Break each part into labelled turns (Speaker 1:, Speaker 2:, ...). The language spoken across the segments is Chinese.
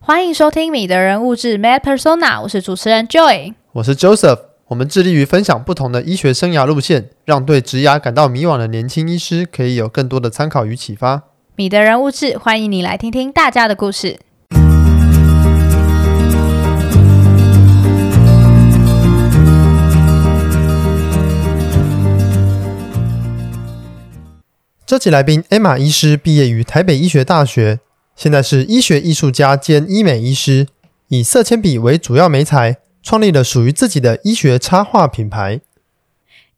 Speaker 1: 欢迎收听《米的人物志 Mad Persona》，我是主持人 Joy。
Speaker 2: 我是 Joseph，我们致力于分享不同的医学生涯路线，让对职涯感到迷惘的年轻医师可以有更多的参考与启发。
Speaker 1: 米的人物志，欢迎你来听听大家的故事。
Speaker 2: 这期来宾 Emma 医师毕业于台北医学大学，现在是医学艺术家兼医美医师，以色铅笔为主要媒材，创立了属于自己的医学插画品牌。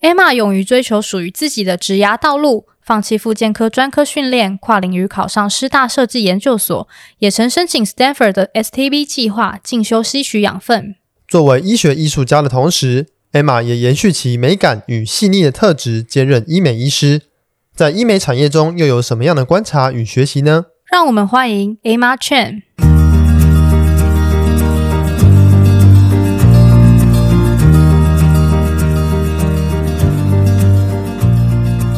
Speaker 1: Emma 勇于追求属于自己的职涯道路，放弃复健科专科训练，跨领域考上师大设计研究所，也曾申请 Stanford 的 STB 计划进修吸取养分。
Speaker 2: 作为医学艺术家的同时，Emma 也延续其美感与细腻的特质，兼任医美医师。在医美产业中，又有什么样的观察与学习呢？
Speaker 1: 让我们欢迎 Emma Chen。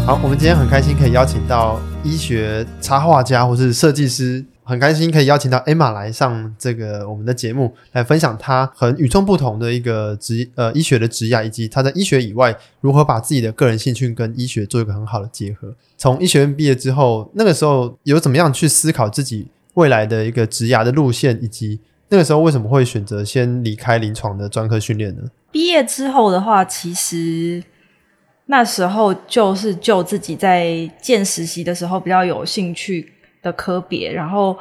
Speaker 2: 好，我们今天很开心可以邀请到医学插画家或是设计师，很开心可以邀请到 Emma 来上这个我们的节目，来分享她很与众不同的一个职呃医学的职涯，以及她在医学以外如何把自己的个人兴趣跟医学做一个很好的结合。从医学院毕业之后，那个时候有怎么样去思考自己未来的一个职涯的路线，以及那个时候为什么会选择先离开临床的专科训练呢？
Speaker 3: 毕业之后的话，其实那时候就是就自己在见实习的时候比较有兴趣的科别，然后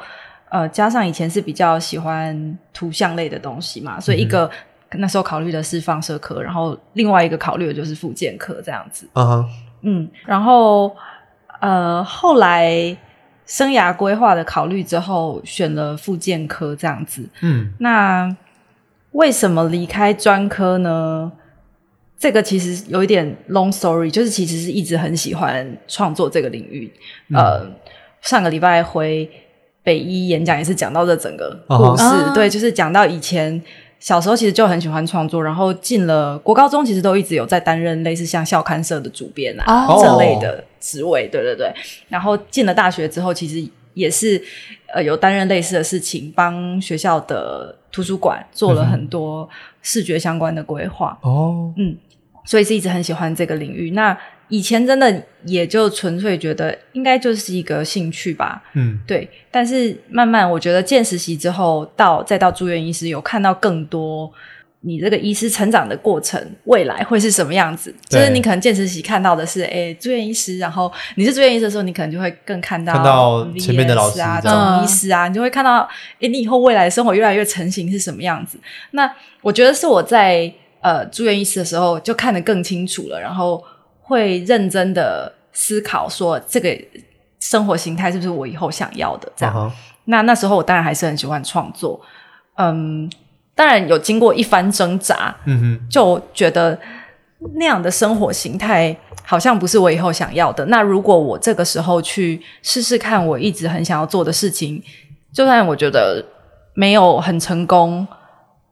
Speaker 3: 呃，加上以前是比较喜欢图像类的东西嘛，所以一个、那时候考虑的是放射科，然后另外一个考虑的就是复健科这样子。
Speaker 2: 啊哈，
Speaker 3: 嗯，然后呃，后来生涯规划的考虑之后，选了复健科这样子。
Speaker 2: 嗯
Speaker 3: 那为什么离开专科呢？这个其实有一点 long story，就是其实是一直很喜欢创作这个领域。
Speaker 2: 嗯
Speaker 3: 呃，上个礼拜回北医演讲也是讲到这整个
Speaker 2: 啊
Speaker 3: 故
Speaker 2: 哈
Speaker 3: 事，
Speaker 1: 啊
Speaker 3: 对，就是讲到以前小时候其实就很喜欢创作，然后进了国高中其实都一直有在担任类似像校刊社的主编啊、
Speaker 1: 哦
Speaker 3: 这类的职位，对对对。然后进了大学之后，其实也是呃有担任类似的事情，帮学校的图书馆做了很多视觉相关的规划，嗯
Speaker 2: 哦，
Speaker 3: 所以是一直很喜欢这个领域。那以前真的也就纯粹觉得应该就是一个兴趣吧，
Speaker 2: 嗯
Speaker 3: 对。但是慢慢我觉得见实习之后，到再到住院医师，有看到更多。你这个医师成长的过程，未来会是什么样子？就
Speaker 2: 对
Speaker 3: 是你可能见实习看到的是，哎、住院医师，然后你是住院医师的时候，你可能就会更看到
Speaker 2: 看到前面的老师
Speaker 3: VS 啊，
Speaker 2: 这
Speaker 3: 总
Speaker 1: 样
Speaker 3: 医师啊，你就会看到，哎，你以后未来生活越来越成型是什么样子？那我觉得是我在呃住院医师的时候就看得更清楚了，然后会认真的思考说这个生活形态是不是我以后想要的这
Speaker 2: 啊
Speaker 3: 样。
Speaker 2: 哈，
Speaker 3: 那那时候我当然还是很喜欢创作，嗯，当然有经过一番挣扎，
Speaker 2: 嗯哼，
Speaker 3: 就觉得那样的生活形态好像不是我以后想要的。那如果我这个时候去试试看，我一直很想要做的事情，就算我觉得没有很成功，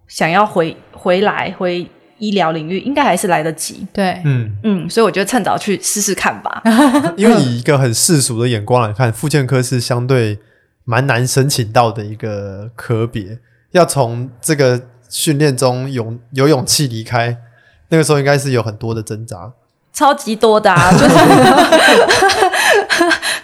Speaker 3: 想要回回来回医疗领域，应该还是来得及。
Speaker 1: 对，
Speaker 2: 嗯。
Speaker 3: 嗯，所以我觉得趁早去试试看吧。
Speaker 2: 因为以一个很世俗的眼光来看，复健科是相对蛮难申请到的一个科别，要从这个训练中勇有勇气离开，那个时候应该是有很多的挣扎。
Speaker 3: 超级多的啊，就是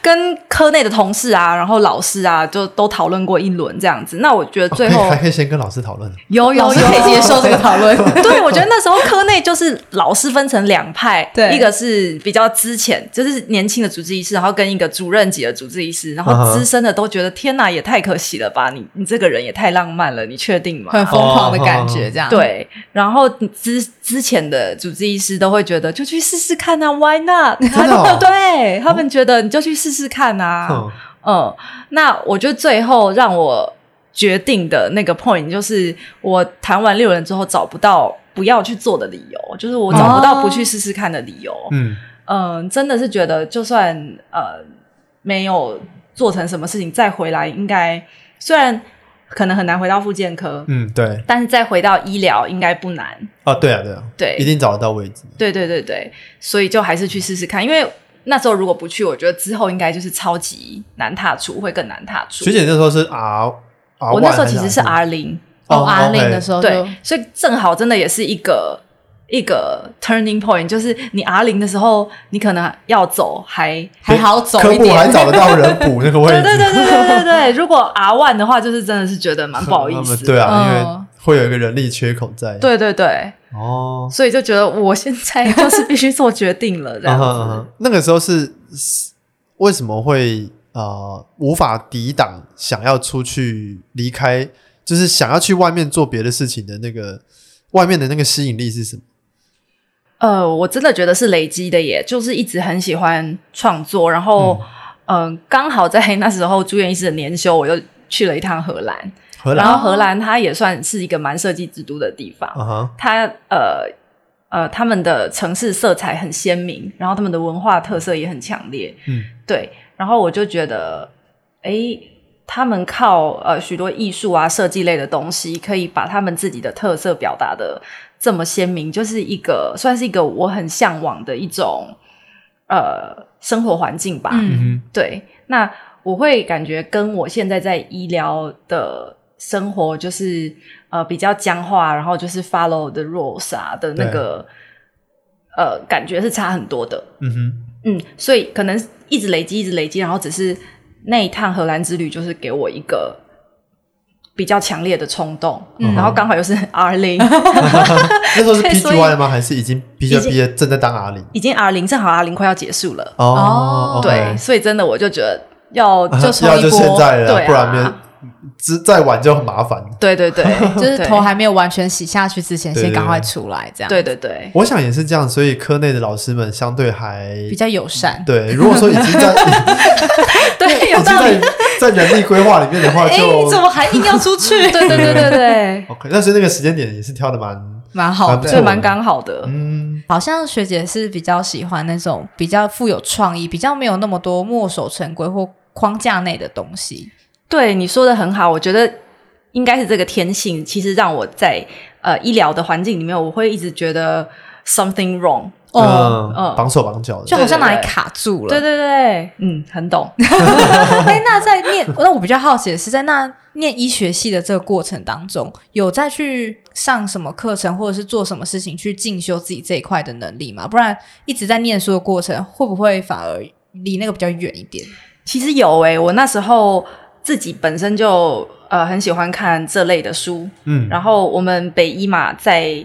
Speaker 3: 跟科内的同事啊，然后老师啊，就都讨论过一轮这样子。那我觉得 最后、
Speaker 2: 哦可以还可以先跟老师讨论。
Speaker 3: 有有
Speaker 1: 老师可以
Speaker 3: 有
Speaker 1: 接受这个讨论。
Speaker 3: 对，我觉得那时候科内就是老师分成两派，
Speaker 1: 对
Speaker 3: 一个是比较之前就是年轻的主治医师，然后跟一个主任级的主治医师，然
Speaker 2: 嗯
Speaker 3: 后
Speaker 2: 哼
Speaker 3: 资深的都觉得天哪，也太可惜了吧，你你这个人也太浪漫了，你确定吗？
Speaker 4: 嗯
Speaker 1: 很疯狂的感觉，
Speaker 2: 哦
Speaker 1: 这 样、
Speaker 3: 对，然后之之前的主治医师都会觉得就去试试看啊，Why not？
Speaker 2: 真的哦
Speaker 3: 对他们觉得你就去试试看啊。
Speaker 2: 嗯，
Speaker 3: 嗯，那我觉得最后让我决定的那个 point 就是，我谈完六人之后找不到不要去做的理由，就是我找不到不去试试看的理由。
Speaker 2: 嗯，
Speaker 3: 嗯，真的是觉得就算呃没有做成什么事情，再回来应该虽然可能很难回到复健科，
Speaker 2: 嗯，对，
Speaker 3: 但是再回到医疗应该不难。
Speaker 2: 啊，对啊，对啊，
Speaker 3: 对
Speaker 2: 一定找得到位置。
Speaker 3: 对对对对，所以就还是去试试看，因为。那时候如果不去，我觉得之后应该就是超级难踏出，会更难踏出。
Speaker 2: 学姐那时候是 R R1
Speaker 3: 我那时候其实
Speaker 2: 还
Speaker 3: 是
Speaker 2: R2
Speaker 3: R 零，
Speaker 4: 哦阿令的时
Speaker 2: 候，
Speaker 4: 候就
Speaker 3: 对，所以正好真的也是一个一个 turning point，就是你 R 零的时候，你可能要走还。
Speaker 4: 还好走
Speaker 2: 科
Speaker 4: 一
Speaker 2: 目
Speaker 4: 点，
Speaker 2: 还找得到人补那个位
Speaker 3: 对
Speaker 2: 置，
Speaker 3: 对对对 对对对，如果 R one 的话，就是真的是觉得蛮不好意
Speaker 2: 那么
Speaker 3: 思。
Speaker 2: 对
Speaker 3: 啊，
Speaker 2: 啊，因为
Speaker 4: 嗯
Speaker 2: 会有一个人力缺口在。
Speaker 3: 对对对，
Speaker 2: 哦，
Speaker 3: 所以就觉得我现在就是必须做决定了，这
Speaker 2: 嗯
Speaker 3: 样子。
Speaker 2: 哼嗯哼那个时候是是为什么会呃无法抵挡想要出去离开，就是想要去外面做别的事情的那个外面的那个吸引力是什么？
Speaker 3: 呃，我真的觉得是累积的耶，就是一直很喜欢创作，然后嗯，刚、好在那时候住院医师的年休，我又去了一趟荷兰，
Speaker 2: 荷
Speaker 3: 然
Speaker 2: 兰
Speaker 3: 后荷兰它也算是一个蛮设计之都的地方，
Speaker 2: 啊哈，
Speaker 3: 它呃呃他们的城市色彩很鲜明，然后他们的文化特色也很强烈，
Speaker 2: 嗯，
Speaker 3: 对，然后我就觉得，诶，他们靠呃许多艺术啊、设计类的东西，可以把他们自己的特色表达的这么鲜明，就是一个算是一个我很向往的一种呃生活环境吧。
Speaker 4: 嗯
Speaker 2: 嗯
Speaker 3: 对，那我会感觉跟我现在在医疗的生活，就是呃比较僵化，然后就是 follow the rules 啊的那
Speaker 2: 对
Speaker 3: 个呃感觉是差很多的。
Speaker 2: 哼，嗯哼，
Speaker 3: 嗯，所以可能一直累积，一直累积，然后只是那一趟荷兰之旅，就是给我一个比较强烈的冲动，
Speaker 2: 嗯
Speaker 3: 然后刚好又是 R 零，
Speaker 2: 那时候是
Speaker 3: 对所以
Speaker 2: PGY 吗？还是已经 p
Speaker 3: 已
Speaker 2: g
Speaker 3: 经
Speaker 2: 毕业正在当阿玲？
Speaker 3: 已经 R 零，正好 R 零快要结束了，
Speaker 4: 哦
Speaker 2: OK
Speaker 3: 对，所以真的我就觉得要
Speaker 2: 啊
Speaker 3: 就 冲
Speaker 2: 要
Speaker 3: 一
Speaker 2: 就
Speaker 3: 波，
Speaker 2: 现在了，
Speaker 3: 对、啊，
Speaker 2: 不然没之再晚就很麻烦。
Speaker 3: 对对对，
Speaker 4: 就是
Speaker 3: 对
Speaker 4: 头还没有完全洗下去之前，
Speaker 2: 对
Speaker 4: 先赶快
Speaker 2: 对
Speaker 4: 出来，这样
Speaker 3: 对对对，
Speaker 2: 我想也是这样，所以科内的老师们相对还
Speaker 4: 比较友善。
Speaker 2: 对。如果说已经在
Speaker 3: 对，
Speaker 2: 已
Speaker 3: 有
Speaker 2: 经
Speaker 3: 道理，
Speaker 2: 在在 人力规划里面的话，
Speaker 4: 哎，
Speaker 2: 就
Speaker 4: 怎么还硬要出 去？
Speaker 3: 对对对对 对，
Speaker 2: OK。但是那个时间点也是挑的蛮
Speaker 4: 蛮好
Speaker 2: 蛮不
Speaker 4: 的
Speaker 2: 错。
Speaker 3: 所以蛮刚好的，
Speaker 2: 嗯
Speaker 4: 好像学姐是比较喜欢那种比较富有创意、比较没有那么多墨守成规或框架内的东西。
Speaker 3: 对你说的很好，我觉得应该是这个天性，其实让我在呃医疗的环境里面，我会一直觉得 something wrong。
Speaker 4: 哦，
Speaker 2: 嗯
Speaker 3: 嗯
Speaker 2: 绑手绑脚
Speaker 4: 就
Speaker 2: 的。
Speaker 4: 好像哪里卡住了。
Speaker 3: 对对对，嗯，很懂。
Speaker 4: 哎，那在念，那我比较好奇的是，在那念医学系的这个过程当中，有再去上什么课程，或者是做什么事情去进修自己这一块的能力吗？不然一直在念书的过程，会不会反而离那个比较远一点？
Speaker 3: 其实有诶、我那时候自己本身就呃很喜欢看这类的书，
Speaker 2: 嗯，
Speaker 3: 然后我们北医嘛在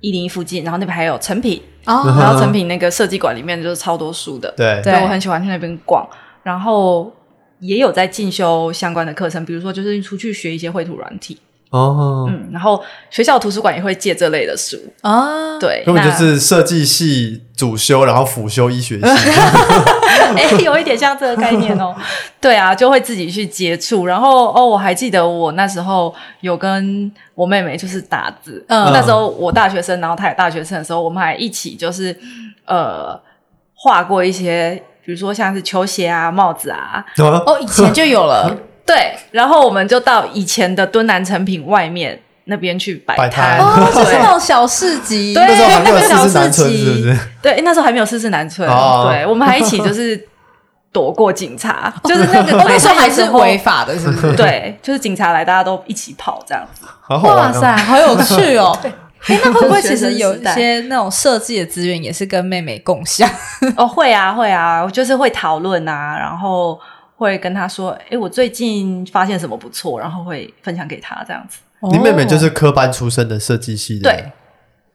Speaker 3: 一零一附近，然后那边还有成品，
Speaker 2: 嗯
Speaker 4: 哦
Speaker 3: 然后成品那个设计馆里面就是超多书的，
Speaker 2: 对
Speaker 4: 对
Speaker 3: 所以我很喜欢去那边逛，然后也有在进修相关的课程，比如说就是出去学一些绘图软体，
Speaker 2: 哦，
Speaker 3: 嗯，然后学校图书馆也会借这类的书，
Speaker 4: 啊，
Speaker 3: 对，
Speaker 2: 根本就
Speaker 3: 那
Speaker 2: 是设计系主修，然后辅修医学系。
Speaker 3: 哎、 有一点像这个概念哦。对啊，就会自己去接触。然后哦，我还记得我那时候有跟我妹妹就是打字，
Speaker 4: 嗯
Speaker 3: 那时候我大学生，然后她也大学生的时候，我们还一起就是呃画过一些，比如说像是球鞋啊、帽子啊，
Speaker 2: 哦
Speaker 4: 哦，以前就有了，
Speaker 3: 对。然后我们就到以前的敦南成品外面那边去摆
Speaker 2: 摆摊
Speaker 3: 摊，
Speaker 4: 哦，就是
Speaker 3: 对
Speaker 4: 那种小市集，
Speaker 3: 对
Speaker 2: 那时候
Speaker 4: 哎
Speaker 2: 还没有
Speaker 3: 那个
Speaker 2: 四
Speaker 3: 小
Speaker 2: 四南
Speaker 3: 市
Speaker 2: 村，是不
Speaker 3: 集
Speaker 2: 是？
Speaker 3: 对，那时候还没有四四南村，
Speaker 2: 哦
Speaker 3: 对，我们还一起就是躲过警察，就是那 个
Speaker 4: 哦那时候
Speaker 3: 摆摊
Speaker 4: 还
Speaker 3: 的
Speaker 4: 是违法的，是不是？
Speaker 3: 对，就是警察来，大家都一起跑这样。
Speaker 2: 好好
Speaker 4: 哇
Speaker 2: 玩
Speaker 4: 塞，
Speaker 2: 哦。
Speaker 4: 好有趣 哦！哎，那会不会其
Speaker 3: 学
Speaker 4: 实
Speaker 3: 生
Speaker 4: 有
Speaker 3: 时
Speaker 4: 一
Speaker 3: 代
Speaker 4: 些那种设计的资源也是跟妹妹共享？
Speaker 3: 哦，会啊，会啊，我就是会讨论啊，然后会跟他说，哎，我最近发现什么不错，然后会分享给他这样子。
Speaker 4: 哦
Speaker 2: 你妹妹就是科班出身的设计系的，
Speaker 3: 对，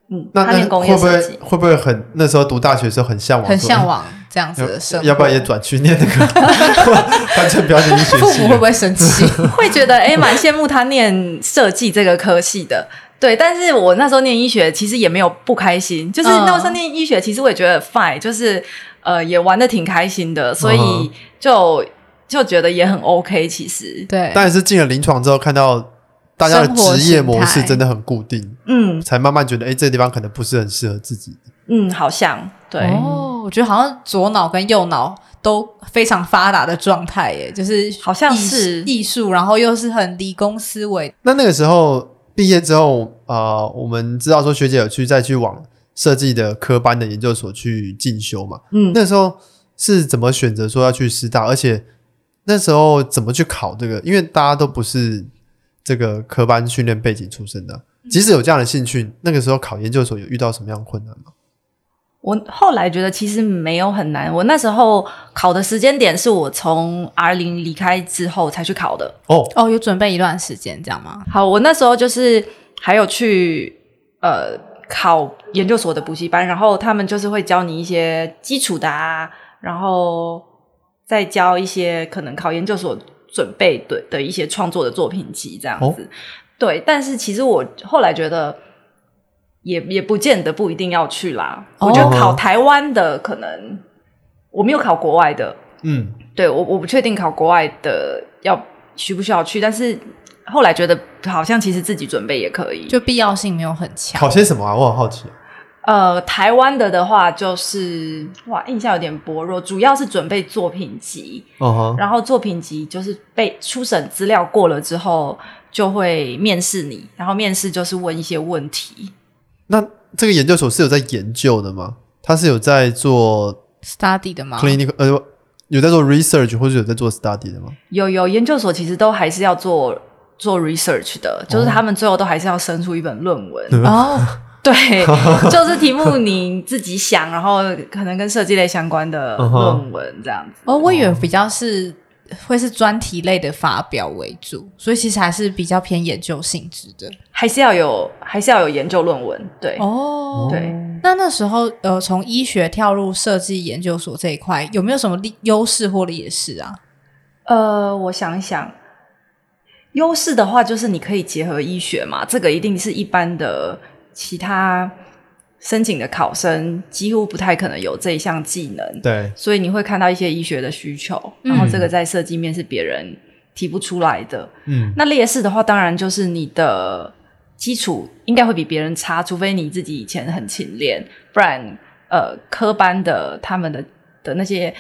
Speaker 3: 嗯，
Speaker 2: 那
Speaker 3: 他
Speaker 2: 那
Speaker 3: 念工
Speaker 2: 会
Speaker 3: 业
Speaker 2: 不
Speaker 3: 设
Speaker 2: 会
Speaker 3: 计，
Speaker 2: 会不会很那时候读大学的时候很向往说，哎
Speaker 4: 很向往这样子的生
Speaker 2: 要
Speaker 4: 活，
Speaker 2: 要不要也转去念那 个 单纯不要念医学
Speaker 4: 父
Speaker 2: 系
Speaker 4: 母会不
Speaker 2: 了？
Speaker 4: 会生 气？
Speaker 3: 会觉得哎，诶蛮羡慕他念设计这个科系的。对，但是我那时候念医学，其实也没有不开心，就是
Speaker 4: 嗯
Speaker 3: 那时候念医学，其实我也觉得 fine，就是呃，也玩的挺开心的，所
Speaker 2: 嗯
Speaker 3: 以就就觉得也很 OK。其实，
Speaker 4: 对，
Speaker 2: 但是进了临床之后，看到大家的职业模
Speaker 4: 哎生活形
Speaker 2: 式
Speaker 4: 态
Speaker 2: 真的很固定，
Speaker 3: 嗯
Speaker 2: 才慢慢觉得，哎，这个地方可能不是很适合自己。
Speaker 3: 嗯，好像对。
Speaker 1: 哎
Speaker 4: 哦，我觉得好像左脑跟右脑都非常发达的状态耶，就是
Speaker 3: 好像
Speaker 4: 艺
Speaker 3: 是
Speaker 4: 艺术，然后又是很理工思维，
Speaker 2: 那那个时候毕业之后，呃，我们知道说学姐有去再去往设计的科班的研究所去进修嘛，
Speaker 3: 嗯
Speaker 2: 那时候是怎么选择说要去师大，而且。那时候怎么去考这个？因为大家都不是这个科班训练背景出身的，
Speaker 4: 嗯
Speaker 2: 即使有这样的兴趣，那个时候考研究所有遇到什么样的困难吗？
Speaker 3: 我后来觉得其实没有很难，我那时候考的时间点是我从 R 零离开之后才去考的。
Speaker 2: 哦，
Speaker 1: 哦，有准备一段时间这样吗？
Speaker 3: 好，我那时候就是还有去呃考研究所的补习班，然后他们就是会教你一些基础的啊，然后再教一些可能考研究所准备的的一些创作的作品集这样
Speaker 2: 哦
Speaker 3: 子。对，但是其实我后来觉得。也也不见得不一定要去啦。我觉得考
Speaker 2: 哦
Speaker 3: 台湾的可能我没有考国外的，
Speaker 2: 嗯，
Speaker 3: 对我我不确定考国外的要需不需要去，但是后来觉得好像其实自己准备也可以。
Speaker 1: 就必要性没有很强。
Speaker 2: 考些什么啊？我很好奇。
Speaker 3: 呃，台湾的的话就是哇，印象有点薄弱，主要是准备作品集，
Speaker 2: 嗯哼，
Speaker 3: 然后作品集就是被初审资料过了之后就会面试你，然后面试就是问一些问题。
Speaker 2: 那这个研究所是有在研究的吗？他是有在做
Speaker 1: study 的
Speaker 3: 啊
Speaker 1: 吗？
Speaker 2: clinical，、呃，有在做 research 或者有在做 study 的吗？
Speaker 3: 有有研究所其实都还是要做做 research 的，就是他们最后都还是要生出一本论文。
Speaker 1: 哦，
Speaker 3: 对，就是题目你自己想，然后可能跟设计类相关的
Speaker 2: 嗯哼
Speaker 3: 论文这样子。
Speaker 1: 哦，我以为比较是会是专题类的发表为主，所以其实还是比较偏研究性质的。
Speaker 3: 还是要有，还是要有研究论文，对、
Speaker 1: 哦
Speaker 3: 对。
Speaker 1: 那那时候，呃，从医学跳入设计研究所这一块，有没有什么利优势或劣势啊？
Speaker 3: 呃，我想一想，优势的话就是你可以结合医学嘛，这个一定是一般的其他申请的考生几乎不太可能有这一项技能，
Speaker 2: 对，
Speaker 3: 所以你会看到一些医学的需求，
Speaker 1: 嗯
Speaker 3: 然后这个在设计面是别人提不出来的。
Speaker 2: 嗯，
Speaker 3: 那劣势的话，当然就是你的基础应该会比别人差，除非你自己以前很勤练，不然呃，科班的他们的的那些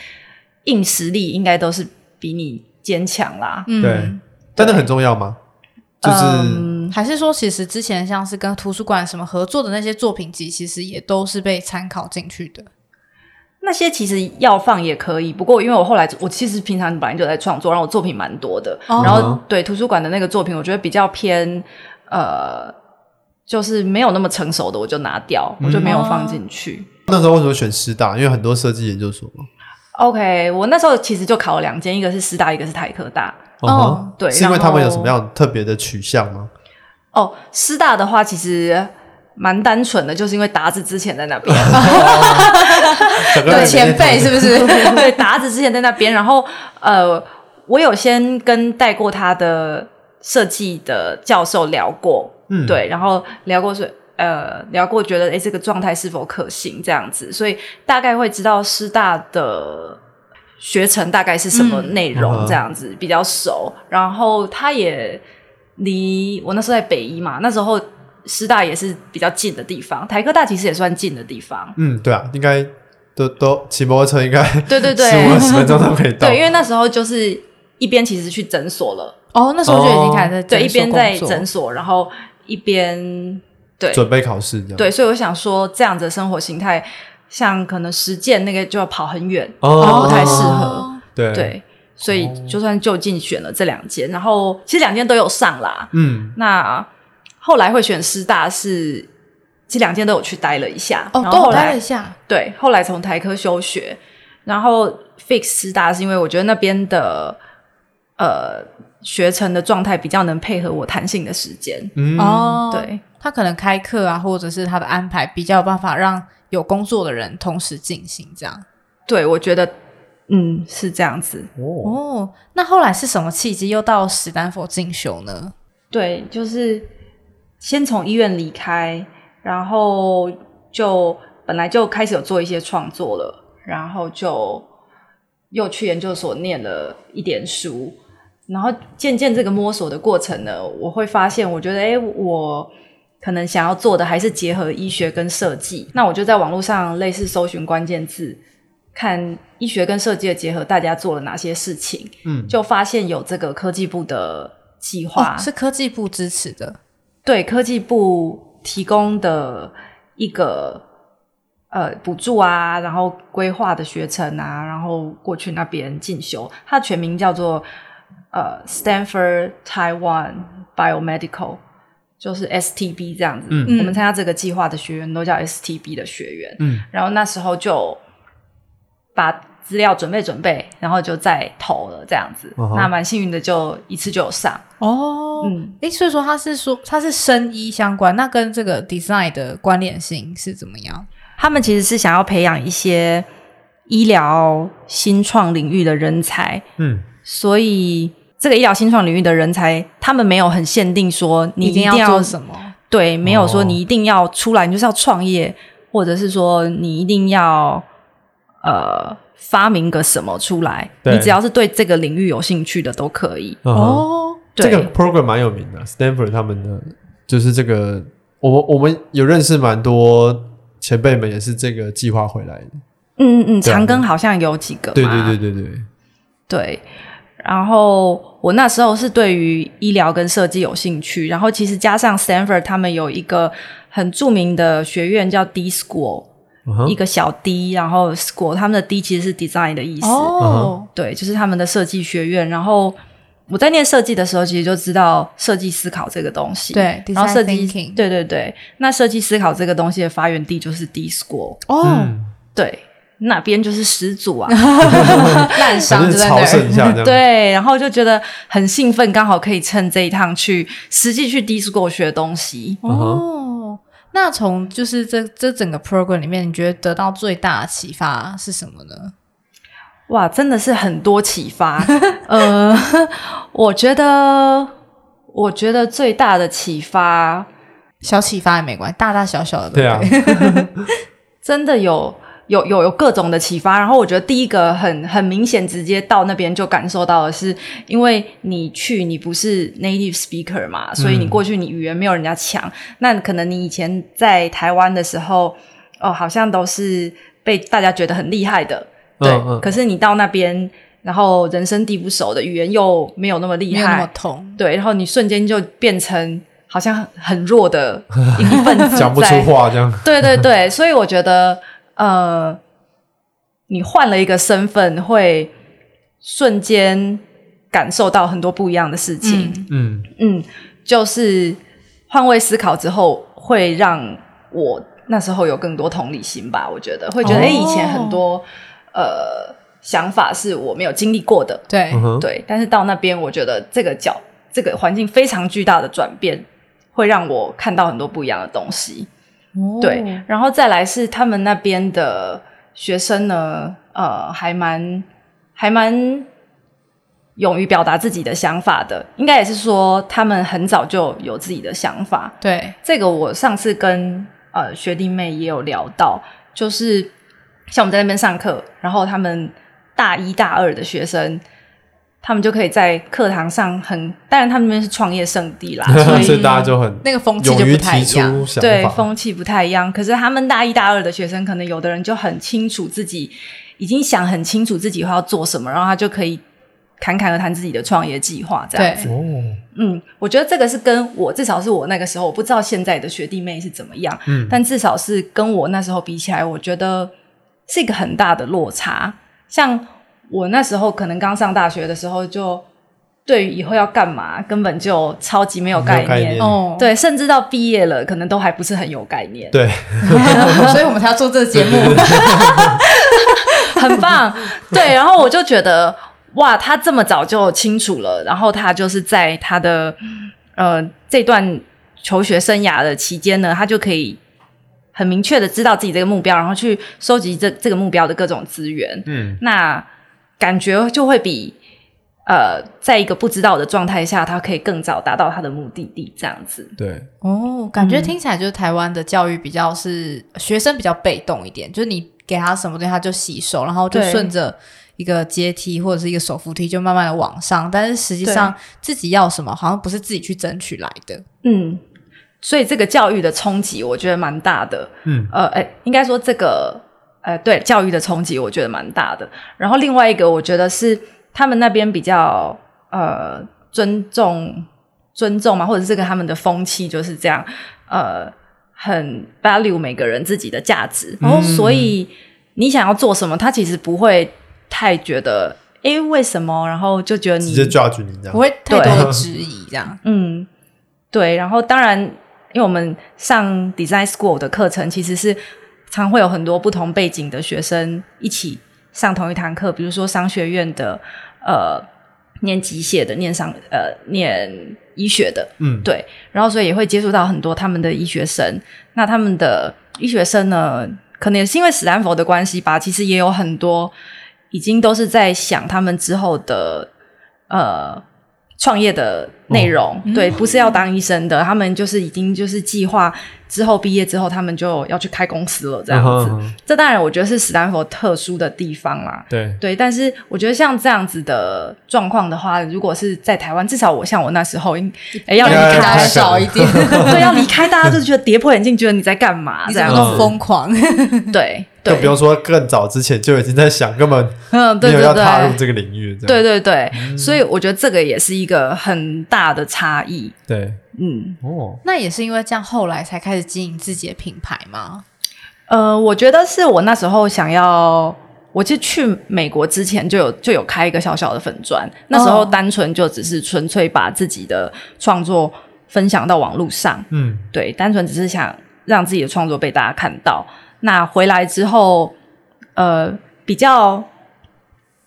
Speaker 3: 硬实力应该都是比你坚强啦。
Speaker 1: 嗯
Speaker 2: 对但那很重要吗？就是、
Speaker 3: 嗯，
Speaker 1: 还是说，其实之前像是跟图书馆什么合作的那些作品集，其实也都是被参考进去的。
Speaker 3: 那些其实要放也可以，不过因为我后来我其实平常本来就在创作，然后我作品蛮多的，
Speaker 1: 哦
Speaker 3: 然后对图书馆的那个作品，我觉得比较偏呃，就是没有那么成熟的，我就拿掉，我就没
Speaker 1: 嗯
Speaker 3: 有
Speaker 1: 哦
Speaker 3: 放进去。
Speaker 2: 那时候为什么选师大？因为很多设计研究所嘛。
Speaker 3: OK，我那时候其实就考了两间，一个是师大，一个是台科大。
Speaker 1: 哦
Speaker 2: 嗯哼
Speaker 3: 对
Speaker 2: 是因为他们有
Speaker 3: 然后
Speaker 2: 什么样特别的取向吗？
Speaker 3: 哦，师大的话其实蛮单纯的，就是因为达子之前在那边，
Speaker 2: 整个
Speaker 1: 对
Speaker 2: 人
Speaker 1: 前辈是不是？
Speaker 3: 对， 达子之前在那边，然后呃，我有先跟带过他的设计的教授聊过，
Speaker 2: 嗯
Speaker 3: 对，然后聊过是呃聊过，觉得诶这个状态是否可行这样子，所以大概会知道师大的学程大概是什么
Speaker 1: 嗯
Speaker 3: 内
Speaker 2: 嗯
Speaker 3: 容
Speaker 2: 哼
Speaker 3: 这样子、比较熟，然后他也离我那时候在北医嘛，那时候师大也是比较近的地方，台科大其实也算近的地方，
Speaker 2: 嗯，对啊，应该都都骑摩托车应该
Speaker 3: 对 对对，
Speaker 2: 十五二十分钟都可以到。
Speaker 3: 对，因为那时候就是一边其实去诊所了，
Speaker 1: 哦，那时候就已经开始
Speaker 3: 对，
Speaker 1: 在
Speaker 3: 一
Speaker 1: 诊所
Speaker 3: 边在
Speaker 1: 工作
Speaker 3: 诊所，然后一边对
Speaker 2: 准备考试这样。
Speaker 3: 对，所以我想说，这样子的生活形态，像可能实践那个就要跑很远，
Speaker 2: 哦，
Speaker 3: 不太适合
Speaker 1: 哦
Speaker 2: 对，
Speaker 3: 对，所以就算就近选了这两间，然后其实两间都有上啦。
Speaker 2: 嗯，
Speaker 3: 那后来会选师大是，这两间都有去待了一下，
Speaker 1: 哦，
Speaker 3: 然后
Speaker 1: 都有
Speaker 3: 后
Speaker 1: 待了
Speaker 3: 来
Speaker 1: 一下，
Speaker 3: 对，后来从台科休学，然后 fix 师大是因为我觉得那边的呃学程的状态比较能配合我弹性的时间，
Speaker 2: 嗯，
Speaker 1: 哦，，
Speaker 3: 对
Speaker 1: 他可能开课啊，或者是他的安排比较有办法让有工作的人同时进行这样。
Speaker 3: 对，我觉得嗯是这样子，
Speaker 2: 哦，
Speaker 1: 哦，那后来是什么契机又到史丹佛进修呢？
Speaker 3: 对，就是先从医院离开，然后就本来就开始有做一些创作了，然后就又去研究所念了一点书，然后渐渐这个摸索的过程呢，我会发现，我觉得，哎，我可能想要做的还是结合医学跟设计，那我就在网络上类似搜寻关键字，看医学跟设计的结合，大家做了哪些事情，
Speaker 2: 嗯，
Speaker 3: 就发现有这个科技部的计划、
Speaker 1: 哦，是科技部支持的
Speaker 3: 对科技部提供的一个呃补助啊，然后规划的学程啊，然后过去那边进修。它的全名叫做呃 Stanford Taiwan Biomedical，就是 STB 这样子。
Speaker 2: 嗯
Speaker 1: 嗯
Speaker 3: 我们参加这个计划的学员都叫 STB 的学员。
Speaker 2: 嗯
Speaker 3: 然后那时候就把资料准备准备，然后就再投了这样子。
Speaker 2: 嗯哼
Speaker 3: 那蛮幸运的，就一次就有上。
Speaker 1: 哦，
Speaker 3: 嗯，
Speaker 1: 诶，所以说他是说他是生医相关，那跟这个 design 的关联性是怎么样？
Speaker 3: 他们其实是想要培养一些医疗新创领域的人才，
Speaker 2: 嗯
Speaker 3: 所以这个医疗新创领域的人才，他们没有很限定说你
Speaker 1: 一定
Speaker 3: 要
Speaker 1: 要做什么？
Speaker 3: 对，没有说
Speaker 2: 哦
Speaker 3: 你一定要出来，你就是要创业，或者是说你一定要呃发明个什么出来，
Speaker 2: 对
Speaker 3: 你只要是对这个领域有兴趣的都可以。
Speaker 2: 嗯哼
Speaker 1: 哦，
Speaker 3: 对
Speaker 2: 这个 program 蛮有名的，Stanford 他们的就是这个，我们我们有认识蛮多前辈们也是这个计划回来的，
Speaker 3: 嗯嗯嗯，
Speaker 2: 对啊
Speaker 3: 长庚好像有几个嘛，
Speaker 2: 对对对对对，
Speaker 3: 对，然后我那时候是对于医疗跟设计有兴趣，然后其实加上 Stanford 他们有一个很著名的学院叫 D School，、
Speaker 2: 嗯哼
Speaker 3: 一个小 D，然后 School 他们的 D 其实是 design 的意
Speaker 2: 嗯
Speaker 3: 思，
Speaker 1: 哦，
Speaker 3: 对，就是他们的设计学院。然后我在念设计的时候，其实就知道设计思考这个东西，，
Speaker 1: 对，
Speaker 3: 然后设计
Speaker 1: design thinking
Speaker 3: 对对对，那设计思考这个东西的发源地就是 D School，
Speaker 1: 哦，
Speaker 2: 嗯，
Speaker 3: 对，那边就是始祖啊。
Speaker 1: 烂
Speaker 2: 反
Speaker 1: 伤
Speaker 2: 正
Speaker 1: 就在那
Speaker 2: 朝圣一
Speaker 1: 儿，
Speaker 2: 下这样，
Speaker 3: 对，然后就觉得很兴奋，刚好可以趁这一趟去实际去 Disco 学东西。
Speaker 2: 嗯
Speaker 1: 哦。那从就是这这整个 program 里面，你觉得得到最大的启发是什么呢？
Speaker 3: 哇，真的是很多启发。 呃，我觉得，我觉得最大的启发，
Speaker 1: 小启发也没关系，大大小小的都
Speaker 2: 对啊
Speaker 1: 可以，
Speaker 3: 真的有有有有各种的启发。然后我觉得第一个很很明显，直接到那边就感受到的是，因为你去你不是 native speaker
Speaker 2: 嗯
Speaker 3: 嘛，所以你过去你语言没有人家强。那可能你以前在台湾的时候，哦，好像都是被大家觉得很厉害的，对。
Speaker 2: 嗯嗯
Speaker 3: 可是你到那边，然后人生地不熟的，语言又没有那么厉
Speaker 1: 没有那么
Speaker 3: 害，
Speaker 1: 痛。
Speaker 3: 对，然后你瞬间就变成。好像很很弱的一 份子在，
Speaker 2: 讲不出话这样，
Speaker 3: 对对对，所以我觉得，呃，你换了一个身份，会瞬间感受到很多不一样的事情。
Speaker 1: 嗯，
Speaker 2: 嗯
Speaker 3: 嗯就是换位思考之后，会让我那时候有更多同理心吧。我觉得会觉得，
Speaker 1: 哦
Speaker 3: 哎、以前很多呃想法是我没有经历过的，
Speaker 1: 对
Speaker 2: 嗯， 哼，
Speaker 3: 对。但是到那边，我觉得这个角这个环境非常巨大的转变，会让我看到很多不一样的东西。
Speaker 1: 哦
Speaker 3: 对，然后再来是他们那边的学生呢，呃，还蛮还蛮勇于表达自己的想法的，应该也是说他们很早就有自己的想法。
Speaker 1: 对，
Speaker 3: 这个我上次跟呃学弟妹也有聊到，就是像我们在那边上课，然后他们大一大二的学生。他们就可以在课堂上很，当然他们那边是创业圣地 啦，啊所以
Speaker 2: 所以大家就很
Speaker 1: 那个风气
Speaker 2: 勇
Speaker 1: 就
Speaker 2: 于
Speaker 1: 不太
Speaker 2: 提
Speaker 1: 一
Speaker 2: 出
Speaker 1: 样。
Speaker 2: 想
Speaker 3: 对
Speaker 2: 法，
Speaker 3: 风气不太一样。可是他们大一大二的学生，可能有的人就很清楚自己已经想很清楚自己会要做什么，然后他就可以侃侃而谈自己的创业计划这样子。
Speaker 2: 哦，
Speaker 3: 嗯，我觉得这个是跟我至少是我那个时候，我不知道现在的学弟妹是怎么样，
Speaker 2: 嗯
Speaker 3: 但至少是跟我那时候比起来，我觉得是一个很大的落差。像我那时候可能刚上大学的时候就。对于以后要干嘛，根本就超级没有
Speaker 2: 没有
Speaker 3: 概
Speaker 2: 概
Speaker 3: 念
Speaker 2: 念，
Speaker 1: 哦，
Speaker 3: 对，甚至到毕业了，可能都还不是很有概念，
Speaker 2: 对，
Speaker 1: 所以我们才要做这个节 目。
Speaker 3: 很棒。对，然后我就觉得，哇，他这么早就清楚了，然后他就是在他的呃这段求学生涯的期间呢，他就可以很明确的知道自己这个目标，然后去收集这这个目标的各种资源，
Speaker 2: 嗯
Speaker 3: 那感觉就会比。呃，在一个不知道的状态下，他可以更早达到他的目的地，这样子。
Speaker 2: 对，
Speaker 1: 哦，感觉
Speaker 3: 嗯
Speaker 1: 听起来就是台湾的教育比较是学生比较被动一点，就是你给他什么东西他就吸收，然后就
Speaker 3: 对
Speaker 1: 顺着一个阶梯或者是一个手扶梯就慢慢的往上，但是实际上自己要什么好像不是自己去争取来的。
Speaker 3: 嗯，所以这个教育的冲击，我觉得蛮大的。
Speaker 2: 嗯
Speaker 3: 呃，哎，应该说这个呃，对教育的冲击，我觉得蛮大的。然后另外一个，我觉得是他们那边比较呃尊重尊重嘛，或者是这个他们的风气就是这样。呃，很 value 每个人自己的价值，
Speaker 2: 嗯
Speaker 3: 所以你想要做什么，他其实不会太觉得，诶，为什么？然后就觉得
Speaker 2: 直
Speaker 3: 你
Speaker 2: 接 judge 你这样
Speaker 4: 不。会太多的质疑这样。
Speaker 3: 嗯，对。然后当然，因为我们上 design school 的课程，其实是常会有很多不同背景的学生一起上同一堂课，比如说商学院的，呃，念机械的，念商呃念医学的，
Speaker 2: 嗯，
Speaker 3: 对，然后所以也会接触到很多他们的医学生。那他们的医学生呢，可能也是因为史丹佛的关系吧，其实也有很多已经都是在想他们之后的呃创业的内容。
Speaker 2: 嗯
Speaker 3: 对，不是要当医生的，他们就是已经就是计划之后毕业之后，他们就要去开公司了这样子。
Speaker 2: 嗯哼嗯哼
Speaker 3: 这当然，我觉得是史丹佛特殊的地方啦。
Speaker 2: 对，
Speaker 3: 对，但是我觉得像这样子的状况的话，如果是在台湾，至少我像我那时候应，哎要离
Speaker 2: 应该
Speaker 4: 大家
Speaker 3: 开
Speaker 2: 太，
Speaker 4: 少一点，
Speaker 3: 对，要离开，大家就觉得跌破眼镜，觉得你在干嘛
Speaker 4: 你
Speaker 3: 这
Speaker 4: 怎么
Speaker 3: 样
Speaker 4: 那
Speaker 3: 子。
Speaker 4: 么疯狂？
Speaker 3: 对对，
Speaker 2: 更不用说更早之前就已经在想，根本
Speaker 3: 嗯，
Speaker 2: 没
Speaker 3: 对
Speaker 2: 有
Speaker 3: 对
Speaker 2: 要踏入
Speaker 3: 对，
Speaker 2: 这个领域。这
Speaker 3: 对
Speaker 2: 样
Speaker 3: 对对，
Speaker 4: 嗯
Speaker 3: 所以我觉得这个也是一个很大的差异。
Speaker 2: 对，
Speaker 3: 嗯，
Speaker 2: 哦，
Speaker 4: 那也是因为这样，后来才开始经营自己的品牌吗？
Speaker 3: 呃，我觉得是我那时候想要，我就去美国之前就有就有开一个小小的粉砖，那时候
Speaker 4: 哦
Speaker 3: 单纯就只是纯粹把自己的创作分享到网络上。
Speaker 2: 嗯，
Speaker 3: 对，单纯只是想让自己的创作被大家看到。那回来之后，呃，比较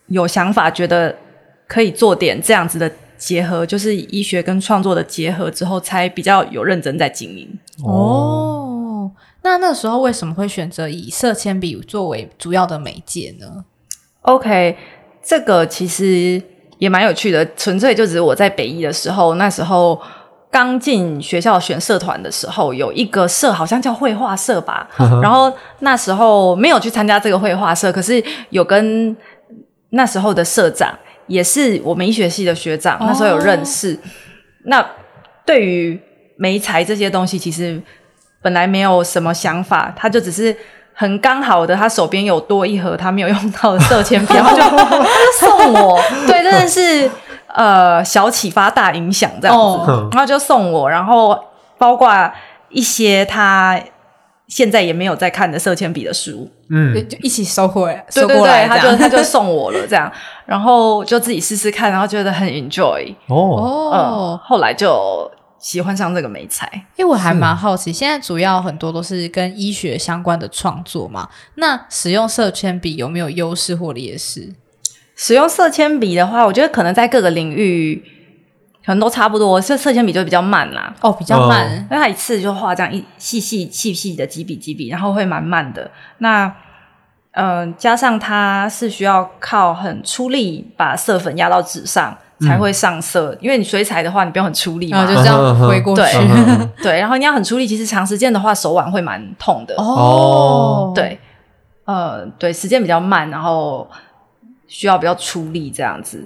Speaker 3: 有想法，觉得可以做点这样子的结合，就是医学跟创作的结合之后，才比较有认真在经营。
Speaker 2: 哦，
Speaker 4: 哦，那那时候为什么会选择以色铅笔作为主要的媒介呢？
Speaker 3: OK，这个其实也蛮有趣的，纯粹就只是我在北一的时候，那时候刚进学校选社团的时候，有一个社好像叫绘画社吧，然后那时候没有去参加这个绘画社，可是有跟那时候的社长，也是我们医学系的学长，那时候有认识。那对于媒材这些东西，其实本来没有什么想法，他就只是。很刚好的，他手边有多一盒他没有用到的色铅笔，然后就 他就送我。对，真的是呃小启发大影响这样子。
Speaker 4: 哦
Speaker 2: 哼
Speaker 3: 然后就送我，然后包括一些他现在也没有在看的色铅笔的书，
Speaker 4: 就
Speaker 2: 嗯，
Speaker 4: 就一起收回来，
Speaker 3: 对
Speaker 4: 收
Speaker 3: 对
Speaker 4: 过
Speaker 3: 对
Speaker 4: 来，
Speaker 3: 他
Speaker 4: 这
Speaker 3: 就
Speaker 4: 样
Speaker 3: 他就送我了这样，然后就自己试试看，然后觉得很 enjoy，
Speaker 2: 哦，
Speaker 3: 嗯，
Speaker 4: 哦，
Speaker 3: 后来就喜欢上这个美材。
Speaker 4: 因为我还蛮好奇，现在主要很多都是跟医学相关的创作嘛，那使用色铅笔有没有优势或劣势？
Speaker 3: 使用色铅笔的话，我觉得可能在各个领域可能都差不多，色色铅笔就比较慢啦、
Speaker 4: 哦，比较慢，
Speaker 3: 那他一次就画这样一细细细细的几笔几笔，然后会蛮慢的。那嗯、呃加上它是需要靠很出力把色粉压到纸上才会上色，因为你水彩的话你不用很出力
Speaker 4: 然
Speaker 3: 嘛
Speaker 4: 啊后。就这样回过去。
Speaker 3: 嗯
Speaker 2: 嗯哼
Speaker 3: 对，然后你要很出力，其实长时间的话手腕会蛮痛的。
Speaker 4: 哦，
Speaker 3: 对，呃，对，时间比较慢，然后需要比较出力这样子。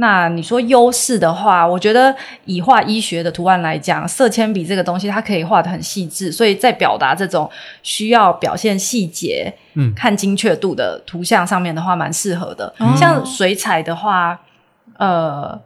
Speaker 3: 那你说优势的话，我觉得以画医学的图案来讲，色铅笔这个东西它可以画的很细致，所以在表达这种需要表现细节、
Speaker 2: 嗯
Speaker 3: 看精确度的图像上面的话，蛮适合的。
Speaker 4: 哦
Speaker 3: 像水彩的话，呃，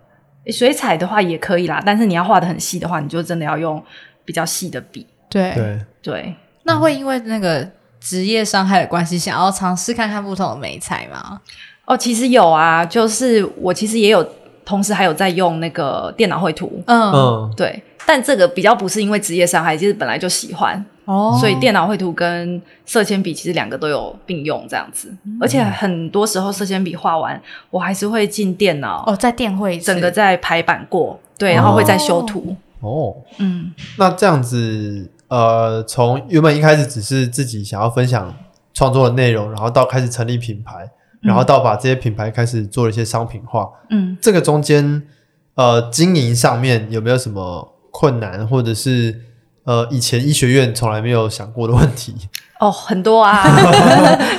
Speaker 3: 水彩的话也可以啦，但是你要画的很细的话，你就真的要用比较细的笔。
Speaker 4: 对
Speaker 2: 对，
Speaker 3: 对，
Speaker 4: 那会因为那个职业伤害的关系，想要尝试看看不同的美彩吗？
Speaker 3: 哦，其实有啊，就是我其实也有，同时还有在用那个电脑绘图，
Speaker 4: 嗯，
Speaker 2: 嗯，
Speaker 3: 对，但这个比较不是因为职业伤害，就是本来就喜欢，
Speaker 4: 哦
Speaker 3: 所以电脑绘图跟色铅笔其实两个都有并用这样子，而且很多时候色铅笔画完，我还是会进电脑，
Speaker 4: 哦，在电会
Speaker 3: 整个再排版过，对，然后会再修图，
Speaker 2: 哦，
Speaker 3: 嗯，
Speaker 2: 那这样子，呃，从原本一开始只是自己想要分享创作的内容，然后到开始成立品牌，然后到把这些品牌开始做了一些商品化，
Speaker 3: 嗯，
Speaker 2: 这个中间，呃，经营上面有没有什么困难，或者是呃，以前医学院从来没有想过的问题？
Speaker 3: 哦，很多啊，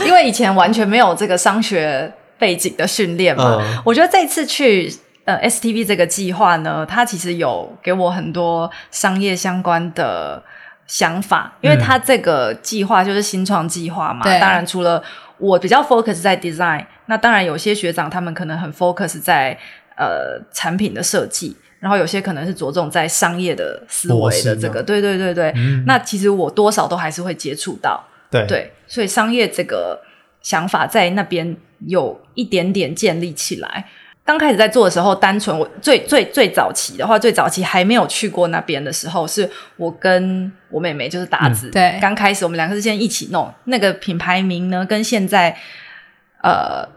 Speaker 3: 因为以前完全没有这个商学背景的训练嘛，
Speaker 2: 嗯
Speaker 3: 我觉得这次去呃 STV 这个计划呢，它其实有给我很多商业相关的想法，因为
Speaker 2: 嗯
Speaker 3: 它这个计划就是新创计划嘛，
Speaker 4: 对
Speaker 3: 当然除了我比较 focus 在 design，那当然有些学长他们可能很 focus 在呃产品的设计。然后有些可能是着重在商业的思
Speaker 2: 模
Speaker 3: 维
Speaker 2: 式
Speaker 3: 的这
Speaker 2: 这
Speaker 3: 个，
Speaker 2: 样
Speaker 3: 对对对对。
Speaker 2: 嗯
Speaker 3: 那其实我多少都还是会接触到，
Speaker 2: 对
Speaker 3: 对，所以商业这个想法在那边有一点点建立起来。刚开始在做的时候，单纯我最最最早期的话，最早期还没有去过那边的时候，是我跟我妹妹就是达子、
Speaker 4: 对
Speaker 3: 刚开始我们两个是先一起弄那个品牌名呢，跟现在呃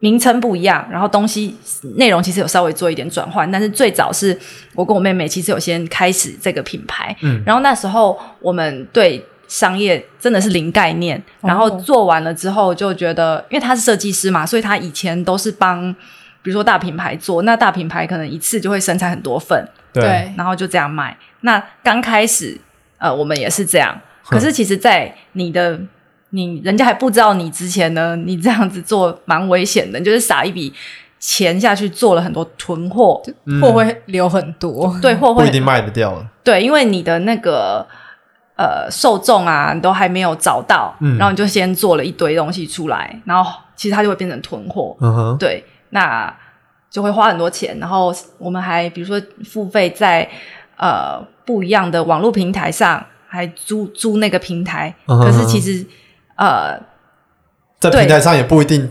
Speaker 3: 名称不一样，然后东西内容其实有稍微做一点转换，但是最早是我跟我妹妹其实有先开始这个品牌，
Speaker 2: 嗯
Speaker 3: 然后那时候我们对商业真的是零概念，然后做完了之后就觉得，因为他是设计师嘛，所以他以前都是帮比如说大品牌做，那大品牌可能一次就会生产很多份，
Speaker 2: 对，
Speaker 3: 然后就这样卖。那刚开始，呃，我们也是这样，可是其实，在你的你人家还不知道你之前呢，你这样子做蛮危险的，你就是撒一笔钱下去做了很多囤货，
Speaker 2: 嗯
Speaker 4: 货会留很多，
Speaker 3: 对货
Speaker 2: 不
Speaker 3: 会
Speaker 2: 一定卖得掉了。
Speaker 3: 对，因为你的那个呃受众啊，你都还没有找到，
Speaker 2: 嗯
Speaker 3: 然后你就先做了一堆东西出来，然后其实它就会变成囤货，
Speaker 2: 嗯哼，
Speaker 3: 对，那就会花很多钱。然后我们还比如说付费在呃不一样的网络平台上，还租租那个平台，
Speaker 2: 嗯哼
Speaker 3: 可是其实呃
Speaker 2: 在
Speaker 3: 对
Speaker 2: 平台上也不一定